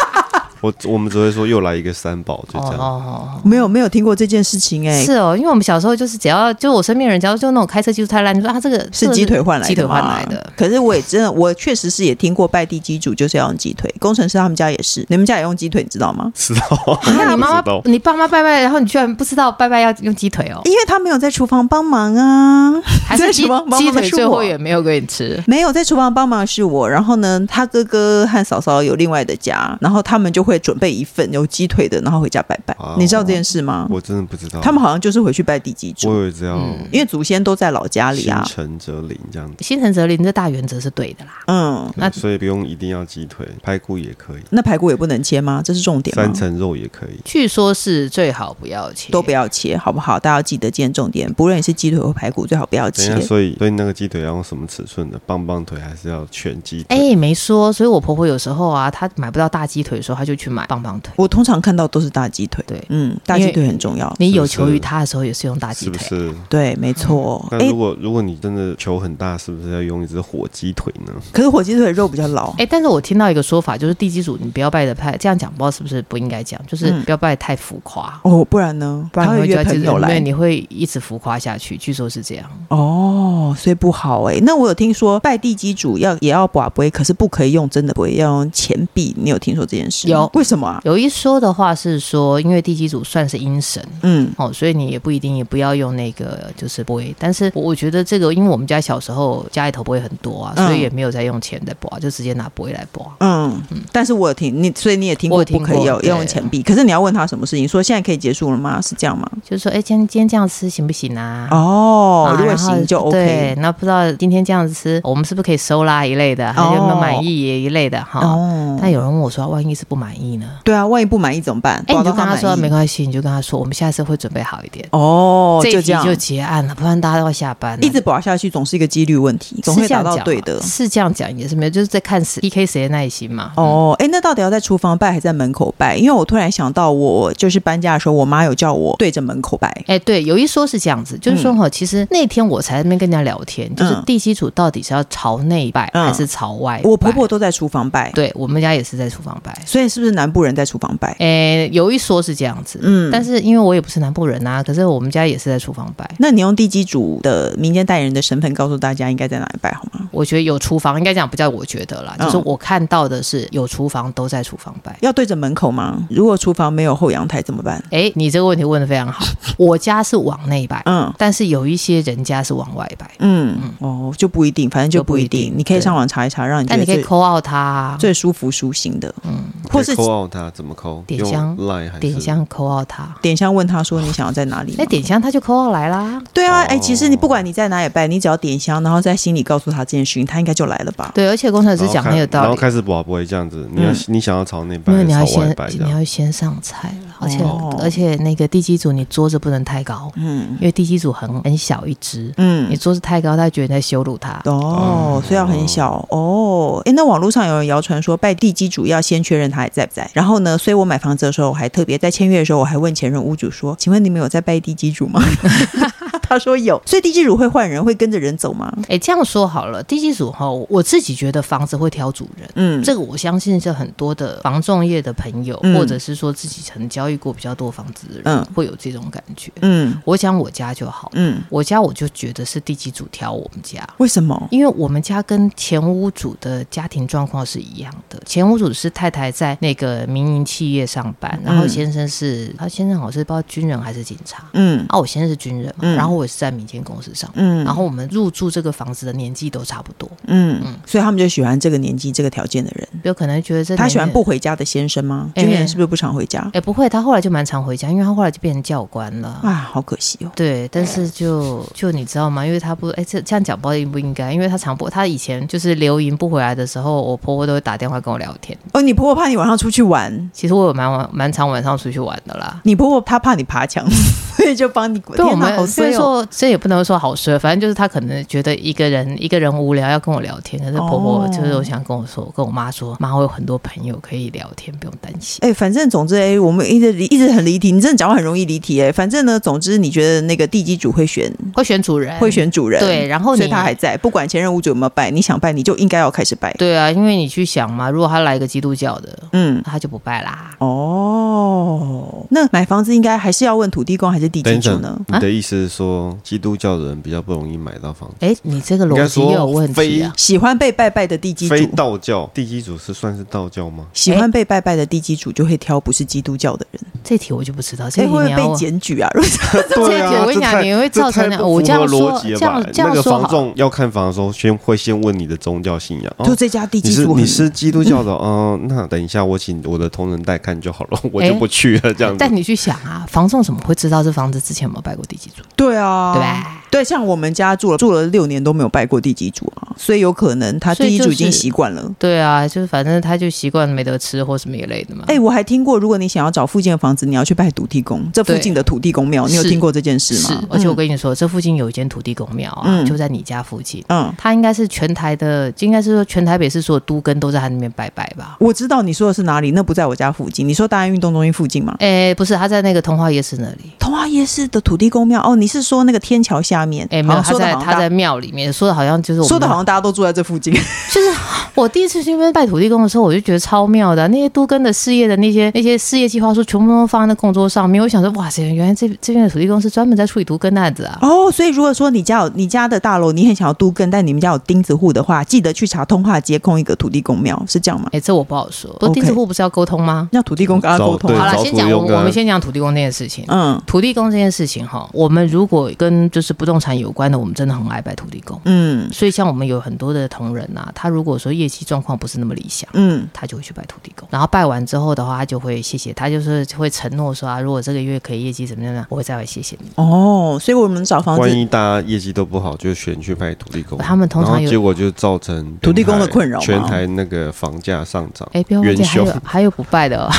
Speaker 3: 我我们只会说又来一个三宝，就
Speaker 2: 哦
Speaker 3: 这样。
Speaker 2: 哦
Speaker 1: 没有没有听过这件事情哎、
Speaker 2: 哦，是哦，因为我们小时候就是只要就我身边人，只要就那种开车技术太烂，就说啊这个这
Speaker 1: 是
Speaker 2: 个
Speaker 1: 鸡腿换来的，
Speaker 2: 鸡腿换来的。。
Speaker 1: 可是我也真的，我确实是也听过拜地基主就是要用鸡腿，工程师他们家也是，你们家也用鸡腿，你知道吗？
Speaker 3: 知道？
Speaker 2: 那你妈
Speaker 3: 不知
Speaker 2: 妈
Speaker 3: 道、
Speaker 2: 你爸妈拜拜，然后你居然不知道拜拜要用鸡腿哦？
Speaker 1: 因为他没有在厨房帮忙啊，
Speaker 2: 还 是
Speaker 1: 在
Speaker 2: 鸡
Speaker 1: 厨房帮
Speaker 2: 鸡
Speaker 1: 忙的
Speaker 2: 腿
Speaker 1: 是
Speaker 2: 最后
Speaker 1: 我
Speaker 2: 也没有给你吃？
Speaker 1: 没有在厨房帮忙的是我，然后呢，他哥哥和嫂嫂有另外的家，然后他们就会准备一份有鸡腿的，然后回家拜拜。
Speaker 3: 哦
Speaker 1: 你知道这件事吗？
Speaker 3: 我真的不知道。
Speaker 1: 他们好像就是回去拜地基
Speaker 3: 我
Speaker 1: 主，
Speaker 3: 以为只要
Speaker 2: 嗯
Speaker 1: 因为祖先都在老家里
Speaker 3: 心
Speaker 1: 啊。
Speaker 3: 诚则灵这样子，
Speaker 2: 心诚则灵，这大原则是对的啦。
Speaker 1: 嗯，
Speaker 2: 那
Speaker 3: 对所以不用一定要鸡腿，排骨也可以，
Speaker 1: 那排骨也不能切吗？这是重点吗
Speaker 3: 三？层肉也可以。
Speaker 2: 据说是最好不要切，
Speaker 1: 都不要切，好不好？大家要记得今天重点，不论你是鸡腿或排骨，最好不要
Speaker 3: 等一
Speaker 1: 切
Speaker 3: 下，。所以所以那个鸡腿要用什么尺寸的？棒棒腿还是要全鸡腿？
Speaker 2: 哎、没说，所以我婆婆有时候啊，她买不到大鸡腿的时候，她就去买棒棒腿。
Speaker 1: 我通常看到都是大鸡腿，
Speaker 2: 对
Speaker 1: 嗯，大鸡腿很重要。
Speaker 2: 你
Speaker 3: 是不
Speaker 2: 有求于
Speaker 3: 是
Speaker 2: 她的时候，也是用大鸡
Speaker 3: 是不
Speaker 2: 腿。
Speaker 3: 是？
Speaker 1: 对，没错。哎、
Speaker 3: 那嗯如果如果你真的球很大，是不是要用一只火鸡腿呢？
Speaker 1: 可是火鸡腿肉比较老，
Speaker 2: 哎、但是我听到一个说法，就是地基主你不要拜的太这样讲，不知道是不是不应该讲，就是
Speaker 1: 嗯
Speaker 2: 不要拜得太浮夸，
Speaker 1: 哦，不然呢？
Speaker 2: 不然
Speaker 1: 他
Speaker 2: 你
Speaker 1: 会
Speaker 2: 会觉
Speaker 1: 约
Speaker 2: 得
Speaker 1: 朋
Speaker 2: 这
Speaker 1: 友
Speaker 2: 对，
Speaker 1: 来
Speaker 2: 你会一直浮夸下去。据说是这样，
Speaker 1: 哦，所以不好哎、那我有听说拜地基主要也要把杯，可是不可以用真的杯，要用钱币。你有听说这件事吗？
Speaker 2: 有
Speaker 1: 为什么啊？
Speaker 2: 有一说的话是说，因为地基主算是阴神，
Speaker 1: 嗯，
Speaker 2: 哦，所以你也不一定也不要用那个就是杯，但是我我觉得这个，因为我们家小时候家里头杯很多啊，
Speaker 1: 嗯
Speaker 2: 所以也没有在用钱在刮，就直接拿杯来啊刮。
Speaker 1: 嗯，但是我有听你，所以你也听过
Speaker 2: 我有听
Speaker 1: 不
Speaker 2: 过
Speaker 1: 可以有
Speaker 2: 对
Speaker 1: 用钱币，可是你要问他什么事情？说现在可以结束了吗？是这样吗？
Speaker 2: 就是说，哎、今天今天这样吃行不行啊？
Speaker 1: 哦，
Speaker 2: 啊
Speaker 1: 如果
Speaker 2: 然后
Speaker 1: 行就 OK。
Speaker 2: 对，那不知道今天这样子吃，我们是不是可以收啦一类的，还有没有满意一类的哈？
Speaker 1: 哦，
Speaker 2: 但有人问我说，万一是不满意呢？
Speaker 1: 对啊，万一不满意怎么办？
Speaker 2: 哎、
Speaker 1: 搞
Speaker 2: 你
Speaker 1: 到
Speaker 2: 就跟他
Speaker 1: 满
Speaker 2: 说
Speaker 1: 意
Speaker 2: 没关系，你就跟他说，我们下次会准备好一点。
Speaker 1: 哦，
Speaker 2: 这
Speaker 1: 就这
Speaker 2: 一集
Speaker 1: 样
Speaker 2: 就结案了，不然大家都要下班了。
Speaker 1: 一直保下去，总是一个几率问题，总会
Speaker 2: 是这
Speaker 1: 达
Speaker 2: 样
Speaker 1: 到
Speaker 2: 讲
Speaker 1: 对
Speaker 2: 啊
Speaker 1: 的。
Speaker 2: 是这样讲也是没有，就是在看谁 PK 谁的耐心嘛。
Speaker 1: 哦，哎，那到底要在厨房拜还是在门口拜？因为我突然想到，我就是搬家的时候，我妈有叫我对着门口拜。
Speaker 2: 哎、对，有一说是这样子，就是说哈，其实那天我才在那边跟人家聊天，就是
Speaker 1: 嗯
Speaker 2: 地基主到底是要朝内拜、
Speaker 1: 嗯
Speaker 2: 还是朝外拜？
Speaker 1: 我婆婆都在厨房拜，
Speaker 2: 对我们家也是在厨房拜。
Speaker 1: 所以是不是南部人在厨房拜？
Speaker 2: 哎、有一说是这样子，
Speaker 1: 嗯，
Speaker 2: 但是因为我也不是南部人啊，可是我们家也是在厨房拜。
Speaker 1: 那你用地基主的民间代言人的身份告诉大家应该在哪里拜好吗？
Speaker 2: 我觉得有厨房，应该讲不叫我觉得啦，
Speaker 1: 嗯
Speaker 2: 就是我看到的是有厨房都在厨房拜。
Speaker 1: 要对着门口吗？如果厨房没有后阳台怎么办？
Speaker 2: 哎、你这个问题问的非常好， 我家是往内拜，
Speaker 1: 嗯
Speaker 2: 但是有一些人家是往外拜。
Speaker 1: 嗯，哦，就不一定，反正就
Speaker 2: 就不
Speaker 1: 不一
Speaker 2: 一定
Speaker 1: 定。你可以
Speaker 2: 对
Speaker 1: 上网查一查，让你觉
Speaker 2: 但你
Speaker 1: 得
Speaker 2: 可以
Speaker 1: 最
Speaker 2: 扣奥它、啊，
Speaker 1: 嗯最舒服舒心的，
Speaker 2: 嗯，
Speaker 1: 或是
Speaker 3: 扣奥它怎么扣？
Speaker 2: 点香
Speaker 3: 用 line 还是
Speaker 2: 点？香扣奥它。
Speaker 1: 点香问他说你想要在哪里吗？
Speaker 2: 哎那点香它就扣奥来啦。
Speaker 1: 对啊，
Speaker 3: 哦
Speaker 1: 哎、其实你不管你在哪里拜，你只要点香，然后在心里告诉他这件事情，他应该就来了吧？
Speaker 2: 对，而且工程
Speaker 3: 然
Speaker 2: 师
Speaker 3: 后
Speaker 2: 讲
Speaker 3: 开
Speaker 2: 很有
Speaker 3: 然
Speaker 2: 道
Speaker 3: 后
Speaker 2: 理，
Speaker 3: 开始不会这样子，你要
Speaker 1: 嗯
Speaker 3: 你想要朝内
Speaker 2: 因
Speaker 3: 拜，
Speaker 2: 为你要
Speaker 3: 还是朝外
Speaker 2: 先
Speaker 3: 拜这
Speaker 2: 你
Speaker 3: 样。
Speaker 2: 要先上菜了，而且、
Speaker 1: 哦
Speaker 2: 而且那个地基组你桌子不能太高，
Speaker 1: 嗯
Speaker 2: 因为地基组很很小一只，你
Speaker 1: 嗯，
Speaker 2: 桌子太高，他觉得你在羞辱他。
Speaker 1: 哦，所以要很小哦。哎、那网络上有人谣传说拜地基主要先确认他还在不在，然后呢，所以我买房子的时候，我还特别在签约的时候，我还问前任屋主说：“请问你们有在拜地基主吗？” 他说有，所以地基主会换人，会跟着人走吗？
Speaker 2: 哎，这样说好了，地基组哈，我自己觉得房子会挑主人。
Speaker 1: 嗯，
Speaker 2: 这个我相信是很多的房仲业的朋友，
Speaker 1: 嗯
Speaker 2: 或者是说自己曾交易过比较多房子的人，
Speaker 1: 嗯
Speaker 2: 会有这种感觉。
Speaker 1: 嗯
Speaker 2: 我讲我家就好，
Speaker 1: 嗯，
Speaker 2: 我家我就觉得是第几组挑我们家。
Speaker 1: 为什么？
Speaker 2: 因为我们家跟前屋主的家庭状况是一样的，前屋主是太太在那个民营企业上班，然后
Speaker 1: 嗯
Speaker 2: 先生是、他先生好像是不知道军人还是警察，
Speaker 1: 嗯
Speaker 2: 啊，我先生是军人嘛，
Speaker 1: 嗯
Speaker 2: 然后我也是在民间公司上，
Speaker 1: 嗯，
Speaker 2: 然后我们入住这个房子的年纪都差不多，
Speaker 1: 嗯，所以他们就喜欢这个年纪、这个条件的人。
Speaker 2: 有可能觉得这
Speaker 1: 他喜欢
Speaker 2: 年纪
Speaker 1: 不回家的先生吗？
Speaker 2: 哎
Speaker 1: 这个人是不是不常回家？
Speaker 2: 哎、不会，他后来就蛮常回家，因为他后来就变成教官了。
Speaker 1: 啊，好可惜哦。
Speaker 2: 对，但是就就你知道吗？因为他不哎、这这样讲不知道应不应该，因为他常不他以前就是留营不回来的时候，我婆婆都会打电话跟我聊天。
Speaker 1: 哦，你婆婆怕你晚上出去玩，
Speaker 2: 其实我有蛮晚蛮常晚上出去玩的啦。
Speaker 1: 你婆婆她怕你爬墙， 所以就帮你。
Speaker 2: 对我
Speaker 1: 天哪
Speaker 2: 们
Speaker 1: 好
Speaker 2: 虽
Speaker 1: 衰
Speaker 2: 然
Speaker 1: 哦。
Speaker 2: 说这也不能说好衰，反正就是他可能觉得一个人一个人无聊要跟我聊天，可是婆婆
Speaker 1: 哦
Speaker 2: 就是我想跟我说，跟我妈说，妈我有很多朋友可以聊天，不用担心。
Speaker 1: 哎、反正总之，哎、我们一直离一直很离题，你真的讲话很容易离题、哎，反正呢，总之，你觉得那个地基主会选
Speaker 2: 会选主人，
Speaker 1: 会选主人，
Speaker 2: 嗯对，，然后
Speaker 1: 所
Speaker 2: 你
Speaker 1: 以他还在，不管前任屋主有没有拜，你想拜你就应该要开始拜，
Speaker 2: 对啊，因为你去想嘛，如果他来一个基督教的，
Speaker 1: 嗯，
Speaker 2: 他就不拜啦。嗯
Speaker 1: 哦，那买房子应该还是要问土地公还是地
Speaker 3: 等
Speaker 1: 基
Speaker 3: 一
Speaker 1: 主
Speaker 3: 下
Speaker 1: 呢？，
Speaker 2: 啊
Speaker 3: 你的意思是说基督教的人比较不容易买到房子？
Speaker 2: 哎，你这个
Speaker 3: 应
Speaker 2: 逻
Speaker 3: 该
Speaker 2: 辑也有
Speaker 3: 说
Speaker 2: 问题啊。
Speaker 1: 喜欢被拜拜的地基
Speaker 3: 非
Speaker 1: 主，
Speaker 3: 道教地基主是算是道教吗？
Speaker 1: 喜欢被拜拜的地基主就会挑不是基督教的人，
Speaker 2: 这题我就不知哎道，这
Speaker 1: 哎、
Speaker 2: 题
Speaker 1: 会不
Speaker 2: 你
Speaker 1: 会
Speaker 2: 要
Speaker 1: 被
Speaker 2: 问。
Speaker 1: 检举啊？如果
Speaker 3: 对啊，
Speaker 2: 我跟你讲
Speaker 3: 这太
Speaker 2: 你会造成
Speaker 3: 这太不
Speaker 2: 我这样
Speaker 3: 符合
Speaker 2: 说
Speaker 3: 逻辑了
Speaker 2: 这样
Speaker 3: 吧
Speaker 2: 这样
Speaker 3: 那个
Speaker 2: 说
Speaker 3: 房
Speaker 2: 好
Speaker 3: 仲要看房的时候，先会先问你的宗教信仰。哦
Speaker 1: 就这家地
Speaker 3: 你
Speaker 1: 基
Speaker 3: 是
Speaker 1: 主很
Speaker 3: 你是基督教的哦、那等一下我请我的同仁带看就好 了，我就不去了这样子。
Speaker 2: 但你去想啊，房仲怎么会知道这房子之前有没有拜过地基主？
Speaker 1: 对啊，
Speaker 2: 对吧
Speaker 1: 对，像我们家住了住了六年都没有拜过地基主啊，所以有可能他
Speaker 2: 所以
Speaker 1: 地基主
Speaker 2: 就
Speaker 1: 已经
Speaker 2: 是
Speaker 1: 习惯了。
Speaker 2: 对啊，就是反正他就习惯没得吃或什么一类的嘛。
Speaker 1: 哎、我还听过，如果你想要找附近的房子，你要去拜土地公，这附
Speaker 2: 对
Speaker 1: 近的土地公庙，你有
Speaker 2: 是
Speaker 1: 听过这件事
Speaker 2: 是
Speaker 1: 吗？，
Speaker 2: 而且我
Speaker 1: 嗯
Speaker 2: 跟你说，这附近有一间土地公庙啊，
Speaker 1: 嗯
Speaker 2: 就在你家附近。
Speaker 1: 嗯，
Speaker 2: 他应该是全台的，应该是说全台北市所有都根都在他那边拜拜吧？
Speaker 1: 我知道你说的是哪里，那不在我家附近。你说大安运动中心附近吗？
Speaker 2: 哎，不是，他在那个通化夜市那里。
Speaker 1: 通化夜市的土地公庙哦，你是说那个天桥下面？
Speaker 2: 哎，
Speaker 1: 好
Speaker 2: 没有，
Speaker 1: 像
Speaker 2: 他
Speaker 1: 哦说的
Speaker 2: 在
Speaker 1: 好像
Speaker 2: 他
Speaker 1: 大
Speaker 2: 在庙里面说的好像就是我们
Speaker 1: 说的好像大家都住在这附 近，
Speaker 2: 就是我第一次去那边拜土地公的时候，我就觉得超妙的啊、那些都跟的事业的那些那些事业计划书，全部都放在那供桌上面。我想说，哇塞，原来这这边的土地公是专门在处理都跟案子啊。
Speaker 1: 哦，所以如果说你家有你家的大楼，你很想要都更，但你们家有钉子户的话，记得去查通化街空一个土地公庙，是这样吗？
Speaker 2: 哎、这我不好说。不过
Speaker 1: OK
Speaker 2: 钉子户不是要沟通吗？
Speaker 1: 要土地公跟他沟通
Speaker 3: 对
Speaker 2: 好
Speaker 1: 啊。
Speaker 2: 了，
Speaker 3: 找
Speaker 2: 先
Speaker 3: 土地
Speaker 2: 讲我
Speaker 3: 公跟
Speaker 2: 我们先讲土地公这件事情。
Speaker 1: 嗯
Speaker 2: 土地公这件事情哈，我们如果跟就是不动产有关的，我们真的很爱拜土地公。
Speaker 1: 嗯
Speaker 2: 所以像我们有很多的同仁啊，他如果说业绩状况不是那么理想。
Speaker 1: 嗯，
Speaker 2: 他就会去拜土地公，然后拜完之后的话，他就会谢谢，他就是会承诺说啊，如果这个月可以业绩怎么样呢，我会再来谢谢你。
Speaker 1: 哦，所以我们找房
Speaker 3: 万
Speaker 1: 子，
Speaker 3: 一大家业绩都不好，就选去拜土地公。
Speaker 2: 他们通常
Speaker 3: 然后
Speaker 2: 有
Speaker 3: 结果就造成
Speaker 1: 土地公的
Speaker 3: 全台
Speaker 1: 困扰吗
Speaker 3: 全台那个房价上涨。
Speaker 2: 哎，不要忘记
Speaker 3: 元啊
Speaker 2: 还
Speaker 3: 凶
Speaker 2: 有还有不拜的、哦。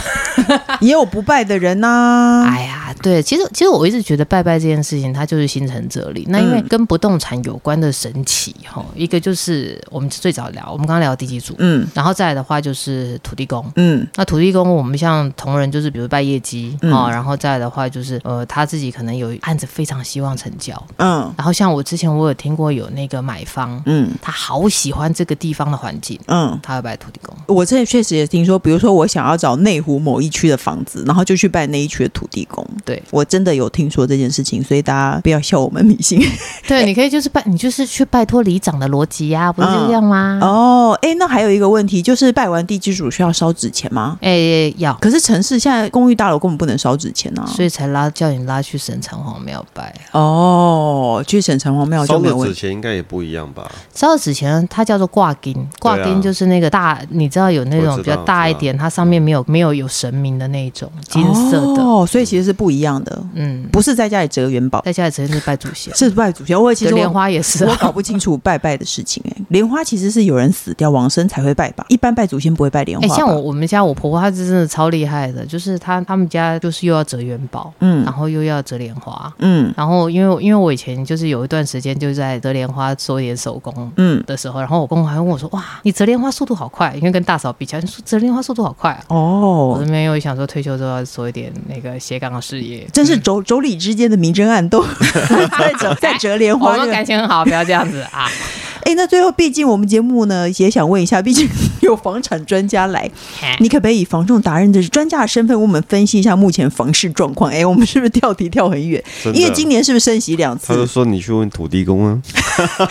Speaker 1: 也有不拜的人呐、
Speaker 2: 哎呀，对，其实其实我一直觉得拜拜这件事情，它就是心诚则灵。那因为
Speaker 1: 嗯
Speaker 2: 跟不动产有关的神奇哈，吼一个就是我们最早聊，我们刚刚聊地基主，
Speaker 1: 嗯
Speaker 2: 然后再来的话就是土地公。
Speaker 1: 嗯
Speaker 2: 那土地公，我们像同仁就是比如拜业绩啊、
Speaker 1: 嗯
Speaker 2: 哦然后再来的话就是呃他自己可能有案子非常希望成交，
Speaker 1: 嗯
Speaker 2: 然后像我之前我有听过有那个买方，
Speaker 1: 嗯
Speaker 2: 他好喜欢这个地方的环境，
Speaker 1: 嗯。
Speaker 2: 他会拜土地公。
Speaker 1: 我这确实也听说，比如说我想要找内湖某一区的房子，然后就去拜那一区的土地公。
Speaker 2: 对
Speaker 1: 我真的有听说这件事情，所以大家不要笑我们迷信。
Speaker 2: 对，你可以就是拜，你就是去拜托里长的逻辑呀、不是
Speaker 1: 嗯
Speaker 2: 这样吗？哦，
Speaker 1: 哦，哎，那还有一个问题就是，拜完地基主需要烧纸钱吗？
Speaker 2: 哎、
Speaker 3: 哦
Speaker 2: 要，
Speaker 1: 可是城市现在公寓大楼根本不能烧纸钱啊。
Speaker 2: 所以才拉叫你拉去神城隍庙拜。啊
Speaker 1: 哦，去省城隍庙就
Speaker 3: 烧
Speaker 1: 没
Speaker 3: 的
Speaker 1: 有问
Speaker 3: 纸
Speaker 1: 题。
Speaker 3: 钱应该也不一样吧？
Speaker 2: 烧纸钱它叫做挂金，挂金就是那个大，你知道有那种
Speaker 3: 啊我
Speaker 2: 比
Speaker 3: 知道
Speaker 2: 较大一点，它上面没有没有有神明的那一种金色的，
Speaker 1: 哦，所以其实是不一样的，
Speaker 2: 嗯，
Speaker 1: 不是在家里折元宝，
Speaker 2: 在家里直接是拜祖先。
Speaker 1: 是拜祖先。我其
Speaker 2: 对
Speaker 1: 实
Speaker 2: 莲
Speaker 1: 我
Speaker 2: 花也是、
Speaker 1: 我
Speaker 2: 啊，
Speaker 1: 搞不清楚拜拜的事情哎、诶 莲花其实是有人死掉往生才会拜吧，一般拜祖先不会拜莲花
Speaker 2: 哎、
Speaker 1: 吧。
Speaker 2: 像我我们家我婆婆她是真的超厉害的，就是她他们家就是又要折元宝，然
Speaker 1: 嗯
Speaker 2: 后又要折莲花，
Speaker 1: 嗯
Speaker 2: 然后因为因为我以前就是有一段时间就在折莲花做一点手工。
Speaker 1: 嗯，
Speaker 2: 的时候，然后我公公还问我说：“哇，你折莲花速度好快，因为跟大嫂比起来，你说折莲花速度好快、啊。”我
Speaker 1: 哦
Speaker 2: 这，边又想说退休之后要做一点那个斜杠的事业，
Speaker 1: 真是妯妯 娌之间的明争暗斗，在折在折莲
Speaker 2: 我
Speaker 1: 花、这
Speaker 2: 们
Speaker 1: 个。
Speaker 2: 感情很好，不要这样子啊！
Speaker 1: 哎，那最后，毕竟我们节目呢也想问一下，毕竟有房产专家来，你可不可以以房仲达人的专家的身份，为我们分析一下目前房市状况？哎，我们是不是跳题跳很远？
Speaker 3: 真的啊
Speaker 1: 因为今年是不是升息两
Speaker 3: 他就
Speaker 1: 次？
Speaker 3: 说你去问土地公啊，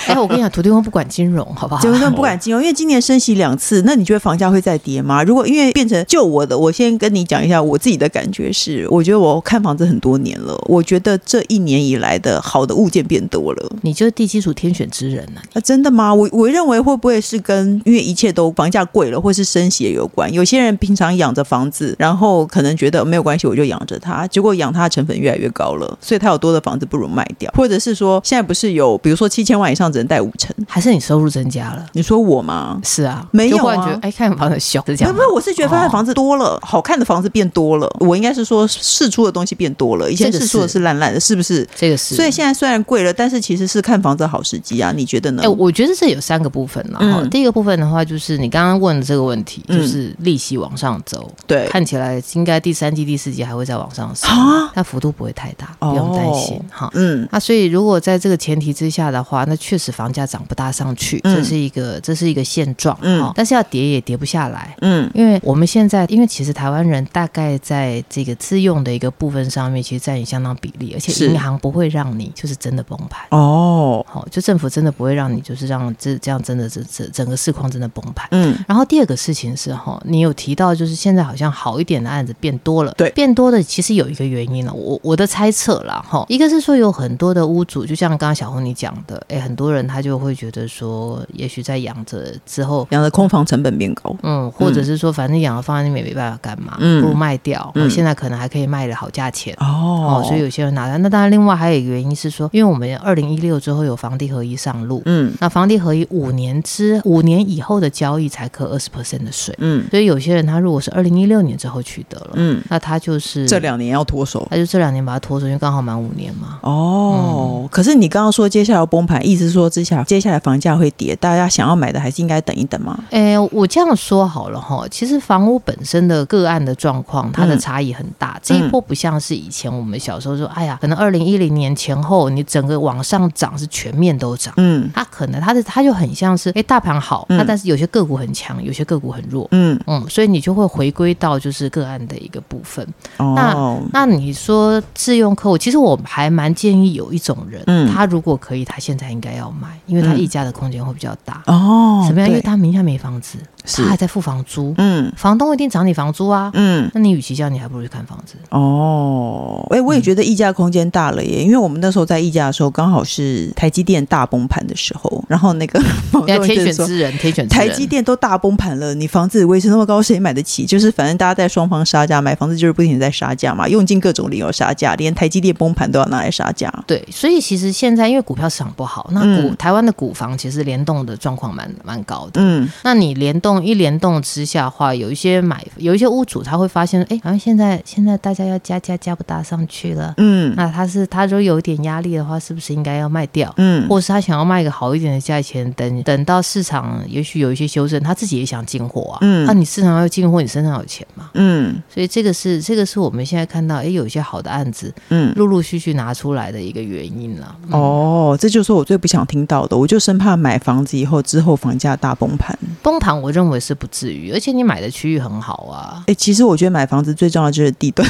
Speaker 2: 哎，我跟你讲，土地公不管金融，好不好
Speaker 1: 结？婚证不敢金融，因为今年升息两次，那你觉得房价会再跌吗？如果因为变成就我的，我先跟你讲一下我自己的感觉是，我觉得我看房子很多年了，我觉得这一年以来的好的物件变多了。
Speaker 2: 你就是地基主天选之人呐、
Speaker 1: 啊，真的吗？我我认为会不会是跟因为一切都房价贵了，或是升息也有关？有些人平常养着房子，然后可能觉得没有关系，我就养着它，结果养它的成本越来越高了，所以他有多的房子不如卖掉，或者是说现在不是有，比如说七千万以上只能贷五成，
Speaker 2: 还是你收入增加了？
Speaker 1: 你说我吗？
Speaker 2: 是啊，
Speaker 1: 没有啊
Speaker 2: 就忽然觉得哎，看房很凶，是这
Speaker 1: 不
Speaker 2: 样
Speaker 1: 是
Speaker 2: 吗
Speaker 1: 不是，我是觉得发现
Speaker 2: 哦
Speaker 1: 房子多了，好看的房子变多了。我应该是说试出的东西变多了，以前
Speaker 2: 这个
Speaker 1: 试出的
Speaker 2: 是
Speaker 1: 是烂烂的，是不是？
Speaker 2: 这个是，
Speaker 1: 所以现在虽然贵了，但是其实是看房子的好时机啊，你觉得呢？
Speaker 2: 哎、我觉得这有三个部分啦。
Speaker 1: 嗯
Speaker 2: 哈第一个部分的话，就是你刚刚问的这个问题，
Speaker 1: 嗯
Speaker 2: 就是利息往上走，
Speaker 1: 对，
Speaker 2: 看起来应该第三季、第四季还会再往上升
Speaker 1: 啊，
Speaker 2: 但幅度不会太大，
Speaker 1: 哦
Speaker 2: 不用担心哈。
Speaker 1: 嗯，
Speaker 2: 那所以，如果在这个前提之下的话，那确实房价涨不大上去，
Speaker 1: 嗯
Speaker 2: 这是一个这是一个现状
Speaker 1: 嗯
Speaker 2: 哈但是要跌也跌不下来，
Speaker 1: 嗯
Speaker 2: 因为我们现在，因为其实台湾人大概在这个自用的一个部分上面，其实占有相当比例，而且
Speaker 1: 是
Speaker 2: 银行不会让你就是真的崩盘。
Speaker 1: 哦，
Speaker 2: 好、就政府真的不会让你就是让这这样真的整整整个市况真的崩盘。
Speaker 1: 嗯
Speaker 2: 然后第二个事情是哈，你有提到就是现在好像好一点的案子变多了，
Speaker 1: 对
Speaker 2: 变多的其实有一个原因了，我我的猜测啦哈，一个是说有很多的屋主，就像刚刚小红你讲的，哎，很多人他就会觉得说，也许在养着之后。
Speaker 1: 养的空房成本变高，
Speaker 2: 嗯，或者是说，反正养了放在那边也没办法干嘛，
Speaker 1: 嗯
Speaker 2: 不如卖掉。我、
Speaker 1: 嗯
Speaker 2: 现在可能还可以卖的好价钱，
Speaker 1: 哦
Speaker 2: 哦，所以有些人拿到。那当然，另外还有一个原因是说，因为我们二零一六之后有房地合一上路，
Speaker 1: 嗯
Speaker 2: 那房地合一五年之五年以后的交易才扣二十 percent 的税，
Speaker 1: 嗯
Speaker 2: 所以有些人他如果是二零一六年之后取得了，
Speaker 1: 嗯，
Speaker 2: 那他就是
Speaker 1: 这，两年要脱手
Speaker 2: 他就这两年把它拖出去，因为刚好满五年嘛。
Speaker 1: 哦。
Speaker 2: 嗯
Speaker 1: 可是你刚刚说接下来要崩盘，意思是说接下来接下来房价会跌，大家想要买的还是应该等一等吗？
Speaker 2: 诶，我这样说好了哈，其实房屋本身的个案的状况，它的
Speaker 1: 嗯
Speaker 2: 差异很大。这一波不像是以前我们小时候说，哎呀，可能二零一零年前后，你整个往上涨是全面都涨。
Speaker 1: 嗯
Speaker 2: 它可能它的它就很像是，哎，大盘好，
Speaker 1: 嗯
Speaker 2: 那但是有些个股很强，有些个股很弱。
Speaker 1: 嗯
Speaker 2: 嗯，所以你就会回归到就是个案的一个部分。
Speaker 1: 哦
Speaker 2: 那你说自用客户，其实我还蛮建议有一种人，
Speaker 1: 嗯
Speaker 2: 他如果可以，他现在应该要买，因为他
Speaker 1: 嗯
Speaker 2: 溢价的空间会比较大。
Speaker 1: 哦，
Speaker 2: 什么样？因
Speaker 1: 对
Speaker 2: 为他名下没房子，
Speaker 1: 是
Speaker 2: 他还在付房租，
Speaker 1: 嗯
Speaker 2: 房东一定涨你房租啊。
Speaker 1: 嗯
Speaker 2: 那你与其这样，你还不如去看房子。
Speaker 1: 哦，哎、我也觉得溢价空间大了耶，因为我们那时候在溢价的时候，刚好是台积电大崩盘的时候，然后那 个房
Speaker 2: 要
Speaker 1: 东
Speaker 2: 哎天
Speaker 1: 就
Speaker 2: 选
Speaker 1: 说。
Speaker 2: 之人，天选之人。
Speaker 1: 台积电都大崩盘了，你房子维持那么高，谁买得起？就是反正大家在双方杀价，买房子就是不停地在杀价嘛，用尽各种理由杀价，连台积电崩盘都要拿来杀价。
Speaker 2: 对，所以其实现在因为股票市场不好，那股、
Speaker 1: 嗯
Speaker 2: 台湾的股房其实联动的状况蛮蛮高的。
Speaker 1: 嗯
Speaker 2: 那你联动一联动之下的话，有一些买有一些屋主他会发现，哎，好像现在现在大家要加加加不大上去了，
Speaker 1: 嗯
Speaker 2: 那他是他如果有一点压力的话，是不是应该要卖掉？
Speaker 1: 嗯，
Speaker 2: 或是他想要卖个好一点的价钱，等等到市场也许有一些修正，他自己也想进货啊。
Speaker 1: 嗯
Speaker 2: 那、你市场要进货，你身上有钱嘛？
Speaker 1: 嗯
Speaker 2: 所以这个是这个是我们现在看到，诶，有一些好的案子
Speaker 1: 嗯，
Speaker 2: 陆陆续续拿出来的一个原因了。嗯，
Speaker 1: 哦，这就是我最不想听到的，我就生怕买房子以后之后房价大崩盘。
Speaker 2: 崩盘我认为是不至于，而且你买的区域很好啊。
Speaker 1: 哎、其实我觉得买房子最重要的就是地段。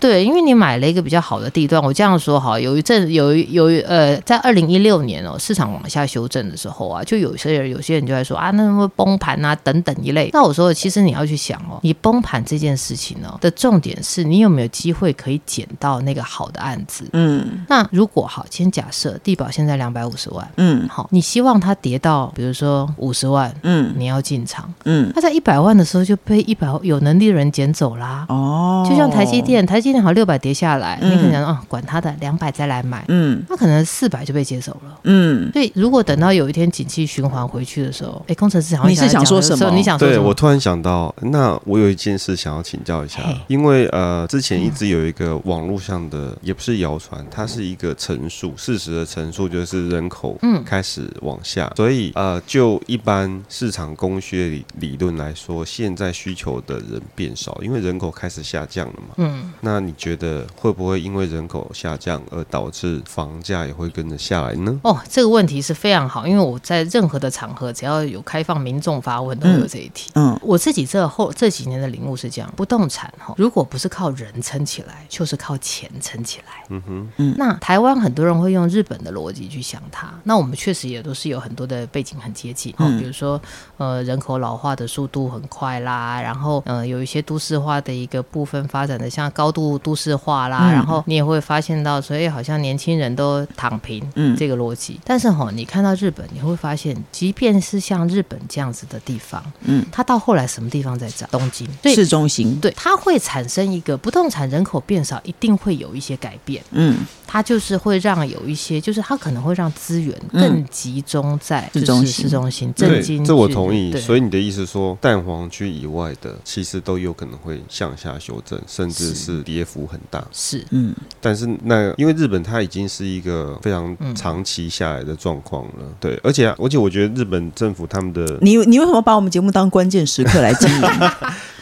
Speaker 2: 对，因为你买了一个比较好的地段。我这样说好，有一阵有一有一呃，在二零一六年哦，市场往下修正的时候啊，就有些人有些人就在说啊，那会崩盘啊等等一类。那我说，其实你要去想哦，你崩盘这件事情哦的重点是你有没有机会可以捡到那个好的案子。
Speaker 1: 嗯
Speaker 2: 那如果好，先假设地保现在两百五十万，
Speaker 1: 嗯
Speaker 2: 好，你希望它跌到比如说五十万，
Speaker 1: 嗯
Speaker 2: 你要进场，
Speaker 1: 嗯，
Speaker 2: 它在一百万的时候就被一百有能力的人捡走啦。
Speaker 1: 哦，
Speaker 2: 就像台积，电，台积电好像六百跌下来，
Speaker 1: 嗯
Speaker 2: 你可能啊、管它的，两百再来买，
Speaker 1: 嗯
Speaker 2: 那可能四百就被接手了。
Speaker 1: 嗯，
Speaker 2: 所以如果等到有一天景气循环回去的时候，哎，工程师好像
Speaker 1: 你是想说
Speaker 2: 讲的
Speaker 1: 什么
Speaker 2: 时候你想说
Speaker 3: 对
Speaker 2: 什么？
Speaker 3: 我突然想到，那我有一件事想要请教一下
Speaker 2: 嘿，
Speaker 3: 因为呃，之前一直有一个网络上的，也不是谣传，它是一个陈述，事实的陈述就是人口
Speaker 2: 嗯
Speaker 3: 开始往下，所以呃，就一般市场供需理理论来说，现在需求的人变少，因为人口开始下降了嘛。
Speaker 2: 嗯，
Speaker 3: 那那你觉得会不会因为人口下降而导致房价也会跟着下来
Speaker 1: 嗯
Speaker 3: 呢？
Speaker 2: 哦，这个问题是非常好，因为我在任何的场合，只要有开放民众发问，都会有这一题。
Speaker 1: 嗯，
Speaker 2: 我自己这后这几年的领悟是这样：不动产哈，如果不是靠人撑起来，就是靠钱撑起来。
Speaker 3: 嗯哼，
Speaker 2: 那台湾很多人会用日本的逻辑去想它，那我们确实也都是有很多的背景很接近，哦
Speaker 1: 嗯
Speaker 2: 比如说呃人口老化的速度很快啦，然后呃有一些都市化的一个部分发展的像高度都市化啦，
Speaker 1: 嗯
Speaker 2: 然后你也会发现到，所以好像年轻人都躺平，
Speaker 1: 嗯
Speaker 2: 这个逻辑。但是哈、你看到日本，你会发现，即便是像日本这样子的地方，
Speaker 1: 嗯，
Speaker 2: 它到后来什么地方在涨？东京，所以
Speaker 1: 市中心，
Speaker 2: 对，它会产生一个不动产人口变少，一定会有一些改变。
Speaker 1: 嗯，
Speaker 2: 它就是会让有一些，就是它可能会让资源
Speaker 1: 嗯
Speaker 2: 更集中在
Speaker 1: 市
Speaker 2: 就
Speaker 1: 中
Speaker 2: 是
Speaker 1: 心
Speaker 2: 市中心，
Speaker 3: 对
Speaker 2: 震惊，
Speaker 3: 这我同意。所
Speaker 2: 以
Speaker 3: 以你的意思说，蛋黄区以外的其实都有可能会向下修正，甚至是跌幅很大。
Speaker 2: 是
Speaker 1: 嗯，
Speaker 3: 但是那因为日本它已经是一个非常
Speaker 2: 嗯
Speaker 3: 长期下来的状况了，对，而且啊而且我觉得日本政府他 们的
Speaker 1: 你你为什么把我们节目当关键时刻来经营？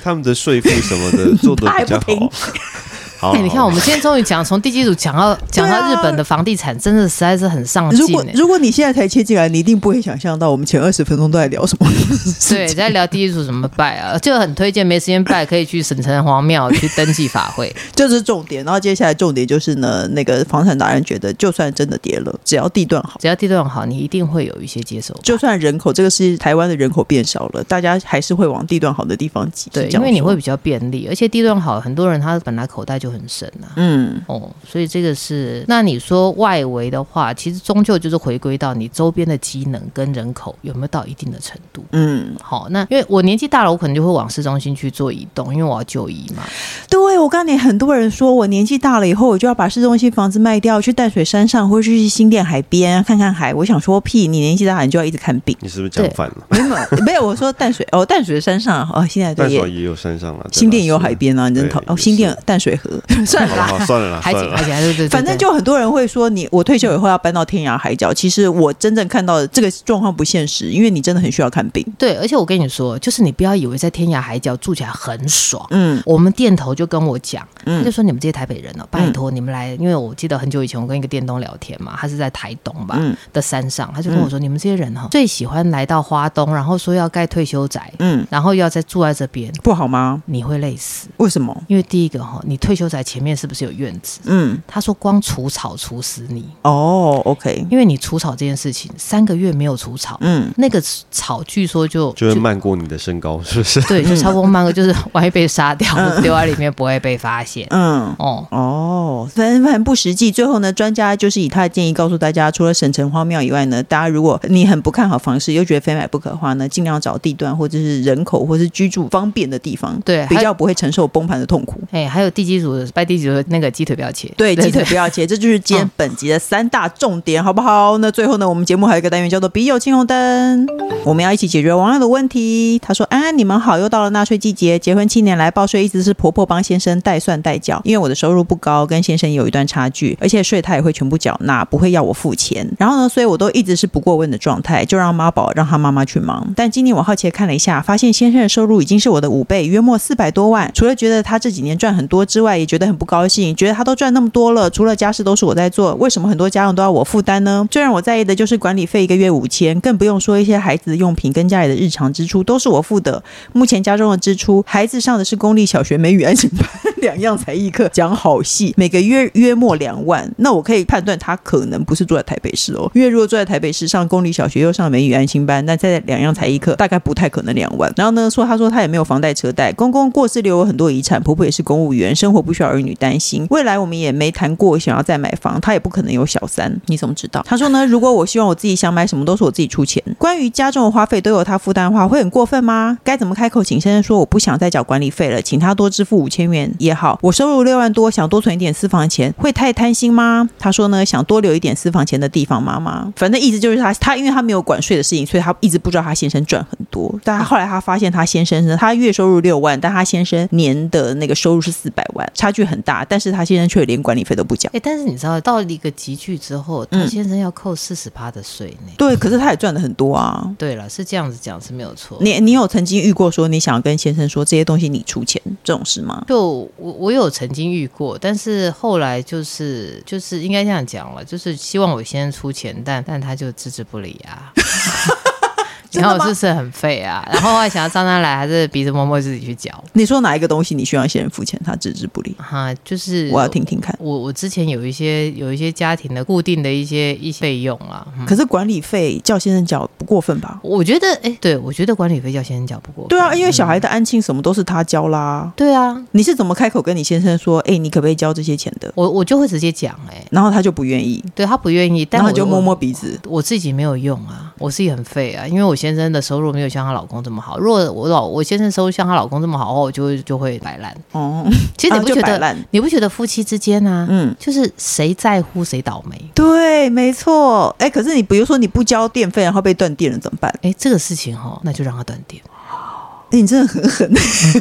Speaker 3: 他们的税负什么的做的比
Speaker 1: 他还
Speaker 3: 较
Speaker 1: 不停
Speaker 3: 好。好，
Speaker 2: 哎，你看，
Speaker 3: 好
Speaker 2: 我们今天终于讲从地基组讲到讲到
Speaker 1: 对啊
Speaker 2: 日本的房地产，真的实在是很上
Speaker 1: 如
Speaker 2: 进
Speaker 1: 果
Speaker 2: 哎。
Speaker 1: 如果你现在才切进来，你一定不会想象到我们前二十分钟都在聊什么。
Speaker 2: 对，在聊地基组怎么拜啊， 就很推荐没时间拜可以去省城隍庙去登记法 会。
Speaker 1: 这是重点。然后接下来重点就是呢，那个房产达人觉得，就算真的跌了，只要地段好，
Speaker 2: 只要地段好，你一定会有一些接受吧。
Speaker 1: 就算人口这个是台湾的人口变少了，大家还是会往地段好的地方挤。
Speaker 2: 对，
Speaker 1: 是这样
Speaker 2: 因为你
Speaker 1: 说
Speaker 2: 会比较便利，而且地段好，很多人他本来口袋就很深啊。
Speaker 1: 嗯
Speaker 2: 哦，所以这个是，那你说外围的话，其实终究就是回归到你周边的机能跟人口有没有到一定的程度。
Speaker 1: 嗯，
Speaker 2: 好，那因为我年纪大了，我可能就会往市中心去做移动，因为我要就医 嘛。
Speaker 1: 对我刚才很多人说我年纪大了以后，我就要把市中心房子卖掉，去淡水山上或者去新店海边看看海。我想说屁，你年纪大了你就要一直看病，
Speaker 3: 你是不是讲反了？
Speaker 1: 没有没有，我说淡水哦，淡水山 上哦，现在
Speaker 3: 淡
Speaker 1: 对
Speaker 3: 水
Speaker 1: 耶。
Speaker 3: 也有山上了，
Speaker 1: 新店也有
Speaker 3: 对吧
Speaker 1: 海。边啊，你真讨
Speaker 3: 对
Speaker 1: 哦，
Speaker 3: 也
Speaker 1: 新店
Speaker 3: 是
Speaker 1: 淡水河算
Speaker 3: 是
Speaker 1: 了
Speaker 3: 好
Speaker 1: 啦
Speaker 3: 了，，好，算了啦，
Speaker 2: 海
Speaker 3: 算
Speaker 2: 景，
Speaker 3: 了啦
Speaker 2: 海。景，对对对，
Speaker 1: 反正
Speaker 2: 对
Speaker 1: 就很多人会说你，我退休以后要搬到天涯海角。其实我真正看到的这个状况不现实，因为你真的很需要看病。
Speaker 2: 对。而且我跟你说，就是你不要以为在天涯海角住起来很爽。
Speaker 1: 嗯
Speaker 2: 我们店头就跟我讲，
Speaker 1: 嗯
Speaker 2: 他就说你们这些台北人哦，拜托你们来，因为我记得很久以前我跟一个店东聊天嘛，他是在台东吧，
Speaker 1: 嗯
Speaker 2: 的山上，他就跟我说：“你们这些人哈、最喜欢来到花东，然后说要盖退休宅，
Speaker 1: 嗯，
Speaker 2: 然后要再住在这边，
Speaker 1: 不好吗？
Speaker 2: 你会累死。
Speaker 1: 为什么？
Speaker 2: 因为第一个哈、你退休宅前面是不是有院子？
Speaker 1: 嗯，
Speaker 2: 他说光除草除死你，
Speaker 1: 哦，OK，
Speaker 2: 因为你除草这件事情三个月没有除草，
Speaker 1: 嗯，
Speaker 2: 那个草据说就
Speaker 3: 就会慢过你的身高，是不是？
Speaker 2: 对，就超过 慢个，就是万一被杀掉
Speaker 1: 嗯，
Speaker 2: 丢在里面不会被发现。
Speaker 1: 嗯。
Speaker 2: 哦，
Speaker 1: 哦，反正很不实际。最后呢，专家就是以他的建议告诉大家，除了省城荒庙以外呢，大家如果你很不看好房市，又觉得非买不可的话呢，尽量找地段或者是人口或是居住方便的地方，
Speaker 2: 对，
Speaker 1: 比
Speaker 2: 还有
Speaker 1: 较不会承受崩盘的痛苦。
Speaker 2: 哎，还有地基组的拜地基组的那个鸡腿不要切，
Speaker 1: 对，嗯鸡腿不要切，这就是今天
Speaker 2: 嗯
Speaker 1: 本集的三大重点，好不好？那最后呢，我们节目还有一个单元叫做“笔友青红灯”，我们要一起解决网友的问题。他说：“安啊安，你们好，又到了纳税季节，结婚七年来报税一直是婆婆帮先生代算代缴，因为我的收入不高，跟先生有一段差距，而且税他也会全部缴纳，不会要我付钱。然后呢，所以我都一直是不过问的状态，就让妈宝让他妈妈去忙。但今年我好奇地看了一下，发现先生的收入已经是我的五倍，约莫四百多万。除了觉得他这几年赚很多之外，也觉得很不高兴，觉得他都赚那么多了，除了家事都是我在做，为什么很多家用都要我负担呢？最让我在意的就是管理费一个月五千，更不用说一些孩子的用品跟家里的日常支出都是我付的。目前家中的支出，孩子上的是公立小学美语安心班。 两样才艺课，讲好戏，每个月约莫两万。那我可以判断他可能不是住在台北市哦，因为如果住在台北市上公立小学又上美语安心班，那在两样才艺课大概不太可能两万。然后呢，说他说他也没有房贷车贷，公公过世留有很多遗产，婆婆也是公务员，生活不需要儿女担心。未来我们也没谈过想要再买房，他也不可能有小三。你怎么知道？他说呢，如果我希望我自己想买什么都是我自己出钱，关于家中的花费都有他负担的话，会很过分吗？该怎么开口请先生说我不想再缴管理费了，请他多支付五千元也好。我收入六万多，想多存一点私房钱，会太贪心吗？他说呢，想多留一点私房钱的地方妈妈，反正意思就是他他因为他没有管税的事情，所以他一直不知道他先生赚很多。但他后来他发现他先生呢，他月收入六万，但他先生年的那个收入是四百万，差距很大，但是他先生却连管理费都不缴。
Speaker 2: 哎，但是你知道，到了一个集聚之后，他
Speaker 1: 嗯
Speaker 2: 先生要扣四十趴的税呢。
Speaker 1: 对，可是他也赚的很多啊。
Speaker 2: 对了，是这样子讲是没有错。
Speaker 1: 你你有曾经遇过说你想要跟先生说这些东西你出钱，这种事吗？
Speaker 2: 就我我有曾经遇过，但是后来就是就是应该这样讲了，就是希望我先生出钱，但但他就置之不理 啊。然后我是不是很废啊？然后还想要张他来，还是鼻子摸摸自己去缴？
Speaker 1: 你说哪一个东西你需要先人付钱，他置之不理？
Speaker 2: 哈，就是
Speaker 1: 我要听听看。
Speaker 2: 我我之前有一些有一些家庭的固定的一些一些费用啊，嗯
Speaker 1: 可是管理费叫先生缴不过分吧？
Speaker 2: 我觉得哎、对我觉得管理费叫先生缴不过。
Speaker 1: 对啊，因为
Speaker 2: 嗯
Speaker 1: 小孩的安庆什么都是他交啦。
Speaker 2: 对啊，
Speaker 1: 你是怎么开口跟你先生说？哎、你可不可以交这些钱的？
Speaker 2: 我我就会直接讲哎、
Speaker 1: 然后他就不愿意，
Speaker 2: 对他不愿意，但
Speaker 1: 然后
Speaker 2: 我
Speaker 1: 就摸摸鼻子。
Speaker 2: 我自己没有用啊，我自己很废啊，因为我先生的收入没有像她老公这么好。如果我老我先生收入像她老公这么好的话，我就会就会摆烂。
Speaker 1: 哦，
Speaker 2: 其实
Speaker 1: 啊
Speaker 2: 你不觉
Speaker 1: 就摆
Speaker 2: 得，
Speaker 1: 烂？
Speaker 2: 你不觉得夫妻之间啊，
Speaker 1: 嗯，
Speaker 2: 就是谁在乎谁倒霉？
Speaker 1: 对，没错。哎、可是你比如说你不交电费，然后被断电了怎么办？
Speaker 2: 哎，这个事情哈，那就让他断电。
Speaker 1: 哎你真的很狠，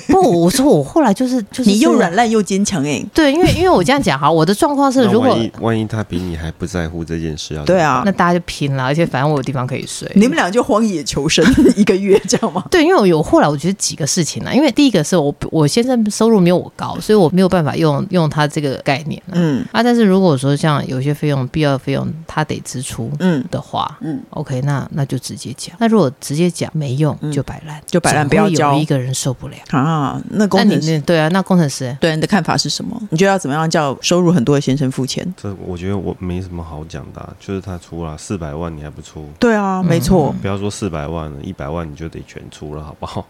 Speaker 2: 不，我说我后来就是就是
Speaker 1: 你又
Speaker 2: 这个
Speaker 1: 软烂又坚强哎、
Speaker 2: 对，因为因为我这样讲哈，我的状况是
Speaker 3: 那
Speaker 2: 如果
Speaker 3: 万一万一他比你还不在乎这件事
Speaker 2: 嗯
Speaker 3: 要怎
Speaker 1: 对
Speaker 3: 么办，
Speaker 1: 啊，
Speaker 2: 那大家就拼了，而且反正我有地方可以睡。
Speaker 1: 你们俩就荒野求生 一个月，这样吗？
Speaker 2: 对，因为我有后来我觉得几个事情啊，因为第一个是我我先生收入没有我高，所以我没有办法用用他这个概念、啊。
Speaker 1: 嗯
Speaker 2: 啊，但是如果说像有些费用必要的费用他得支出
Speaker 1: 嗯，
Speaker 2: 的话，
Speaker 1: 嗯
Speaker 2: 嗯，OK，那那就直接讲。那如果直接讲没用
Speaker 1: 嗯，
Speaker 2: 就摆烂，
Speaker 1: 就摆烂
Speaker 2: 总会
Speaker 1: 不要交
Speaker 2: 有一个人受不了。
Speaker 1: 啊，那工
Speaker 2: 那你
Speaker 1: 程师
Speaker 2: 那对啊，那工程师
Speaker 1: 对你的看法是什么？你觉得要怎么样叫收入很多的先生付钱？
Speaker 3: 这我觉得我没什么好讲的啊、就是他出了四百万你还不出，
Speaker 1: 对啊，没错，
Speaker 3: 不要说四百万了，一百万你就得全出了，好不好？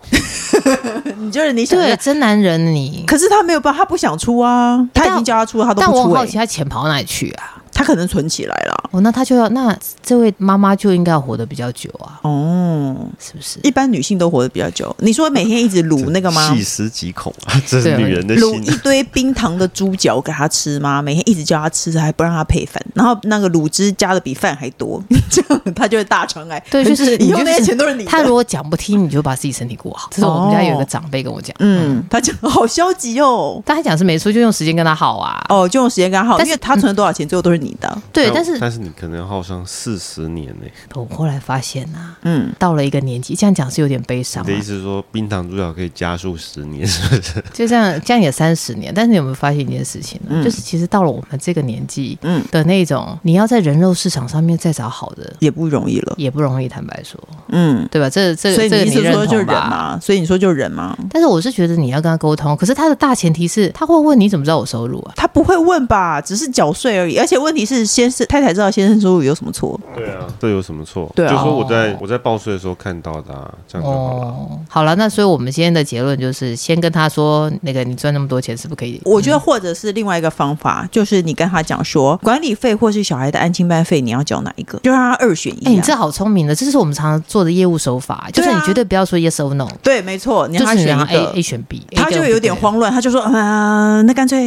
Speaker 1: 你就是你想
Speaker 2: 对
Speaker 1: 要，
Speaker 2: 真男人你。
Speaker 1: 可是他没有办法，他不想出啊，他已经叫他出，他都
Speaker 2: 但我
Speaker 1: 不出、
Speaker 2: 很好
Speaker 1: 欸
Speaker 2: 奇，他钱跑哪里去啊？
Speaker 1: 他可能存起来了。
Speaker 2: 哦，那他就要那这位妈妈就应该要活得比较久啊，
Speaker 1: 哦，
Speaker 2: 是不是？
Speaker 1: 一般女性都活得比较久。你说每天一直卤那个吗？
Speaker 3: 细思极恐啊，这是
Speaker 2: 对
Speaker 3: 女人的
Speaker 1: 卤
Speaker 3: 心
Speaker 1: 一
Speaker 3: 啊。
Speaker 1: 堆冰糖的猪脚给他吃吗？每天一直叫他吃，还不让他配饭，然后那个卤汁加的比饭还多， 这样他就会大肠癌。
Speaker 2: 对就是
Speaker 1: 以后
Speaker 2: 你就
Speaker 1: 那些
Speaker 2: 是
Speaker 1: 钱都是你的。
Speaker 2: 他如果讲不听，你就把自己身体顾好。这是我们家有一个长辈跟我讲，
Speaker 1: 嗯，他讲好消极哦。
Speaker 2: 但他讲是没错，就用时间跟他耗啊。
Speaker 1: 哦，就用时间刚好，
Speaker 2: 但
Speaker 1: 因
Speaker 2: 是
Speaker 1: 为他存了多少钱，最后都是你的。
Speaker 2: 对，但是
Speaker 1: 嗯
Speaker 3: 但是你可能耗上四十年呢、
Speaker 2: 我后来发现啊，
Speaker 1: 嗯，
Speaker 2: 到了一个年纪，这样讲是有点悲伤、
Speaker 3: 你
Speaker 2: 啊
Speaker 3: 的。意思是说冰糖猪脚可以加速十年，是不是？
Speaker 2: 就这样，这样也三十年。但是你有没有发现一件事情呢？就是其实到了我们这个年纪，
Speaker 1: 嗯
Speaker 2: 嗯的那种，你要在人肉市场上面再找好的，
Speaker 1: 也不容易了。
Speaker 2: 也不容易。坦白说，
Speaker 1: 嗯，
Speaker 2: 对吧？这这
Speaker 1: 所以
Speaker 2: 这个
Speaker 1: 你意思
Speaker 2: 认
Speaker 1: 说就
Speaker 2: 同
Speaker 1: 忍
Speaker 2: 吧？
Speaker 1: 嘛？所以你说就忍嘛？
Speaker 2: 但是我是觉得你要跟他沟通，可是他的大前提是他会问你怎么知道我收入啊？
Speaker 1: 他不会问吧？只是缴税而已。而且问题是，先生太太知道先生收入有什么错？
Speaker 3: 对啊，哦这有什么错？
Speaker 1: 对啊
Speaker 3: 就说我在我在报税的时候看到的、啊，这样就好了。
Speaker 2: 哦，好了，那所以我们今天的结论就是，先跟他说，那个你赚那么多钱是不是可以？嗯
Speaker 1: 我觉得，或者是另外一个方法，就是你跟他讲说，管理费或是小孩的安亲班费，你要缴哪一个？就让他二选一、
Speaker 2: 哎、
Speaker 1: 啊。
Speaker 2: 你这好聪明的，这是我们常常做的业务手法，就是
Speaker 1: 对啊
Speaker 2: 你绝对不要说 yes or no，
Speaker 1: 对，没错，你
Speaker 2: 就
Speaker 1: 让
Speaker 2: 是
Speaker 1: 他
Speaker 2: 你
Speaker 1: 选
Speaker 2: 让
Speaker 1: 一
Speaker 2: A
Speaker 1: 个
Speaker 2: A。选 B，
Speaker 1: 他就有点。慌乱，他就说：“嗯、那 干脆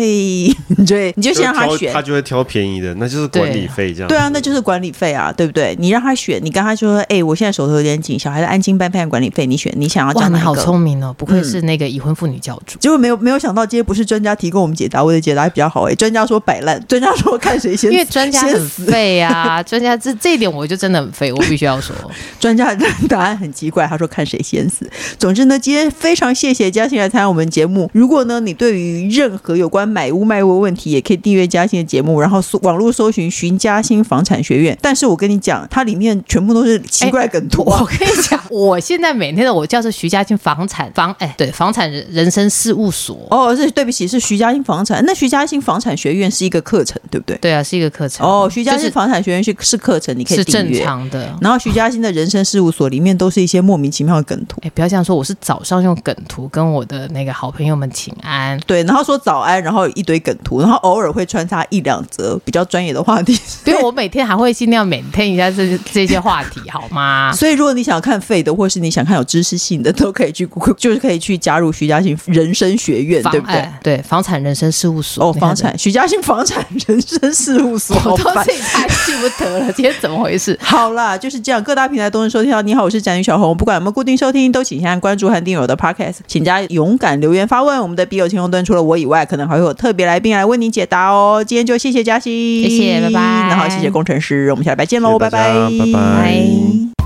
Speaker 1: 对，你就先让他
Speaker 3: 挑
Speaker 1: 选
Speaker 3: 他。就会挑便宜的，那就是管理费这样。
Speaker 1: 对啊，那就是管理费啊，对不对？你让他选，你跟他说：‘哎、我现在手头有点紧，小孩的安亲班费和管理费，你选，你想要
Speaker 2: 哇，
Speaker 1: 交
Speaker 2: 你
Speaker 1: 哪一
Speaker 2: 好
Speaker 1: 个嗯
Speaker 2: 聪明哦！不愧是那个已婚妇女教主？’。
Speaker 1: 结果没有没有想到，今天不是专家提供我们解答，我的解答还比较好哎、专家说摆烂，专家说看谁先
Speaker 2: 因为专家
Speaker 1: 先
Speaker 2: 很废啊，专家这这一点我就真的很废，我必须要 说。
Speaker 1: 专家的答案很奇怪，他说看谁先死。总之呢，今天非常谢谢嘉欣来参加我们节目。如果呢，你对于任何有关买屋卖屋的问题，也可以订阅嘉欣的节目，然后搜网络搜寻“寻嘉欣房产学院”。但是我跟你讲，它里面全部都是奇怪梗 图啊。
Speaker 2: 我跟你讲，我现在每天的我叫做徐家庆房产房，哎，对，房产人人生事务所。
Speaker 1: 哦，是对不起，是徐嘉欣房产。那徐嘉欣房产学院是一个课程，对不对？
Speaker 2: 对啊，是一个课程
Speaker 1: 哦，徐嘉
Speaker 2: 就
Speaker 1: 欣
Speaker 2: 是
Speaker 1: 房产学院是是课程，你可以
Speaker 2: 是
Speaker 1: 订
Speaker 2: 正
Speaker 1: 阅。
Speaker 2: 常的。
Speaker 1: 然后徐嘉欣的人生事务所里面都是一些莫名其妙的梗图。
Speaker 2: 哎，不要这样说，我是早上用梗图跟我的那个好朋友们请安。
Speaker 1: 对，然后说早安，然后一堆梗图，然后偶尔会穿插一两则比较专业的话题。
Speaker 2: 因为我每天还会尽量 maintain 一下这这些话题，好吗？
Speaker 1: 所以如果你想要看废的，或是你想看有知识性的，都可以去 Google，就是 可以去加入徐嘉欣人生学院，
Speaker 2: 房
Speaker 1: 对不对？
Speaker 2: 哎对，房产人生事务所
Speaker 1: 哦，
Speaker 2: 你看
Speaker 1: 房产徐嘉欣房产人生事务所，好
Speaker 2: 我都
Speaker 1: 烦
Speaker 2: 自己太记不得了，今天怎么回事？
Speaker 1: 好啦，就是这样，各大平台都能收听到。你好，我是宅女小红，不管有没有固定收听，都请先按关注和订阅我的 Podcast，请大家勇敢留言发问。我们的笔友青红灯除了我以外，可能还会有特别来宾来为你解答哦。今天就谢谢嘉欣，
Speaker 2: 谢谢拜拜
Speaker 1: 然后谢谢工程师，我们下礼拜见
Speaker 3: 谢
Speaker 1: 喽，
Speaker 3: 谢大家
Speaker 1: 拜
Speaker 3: 拜拜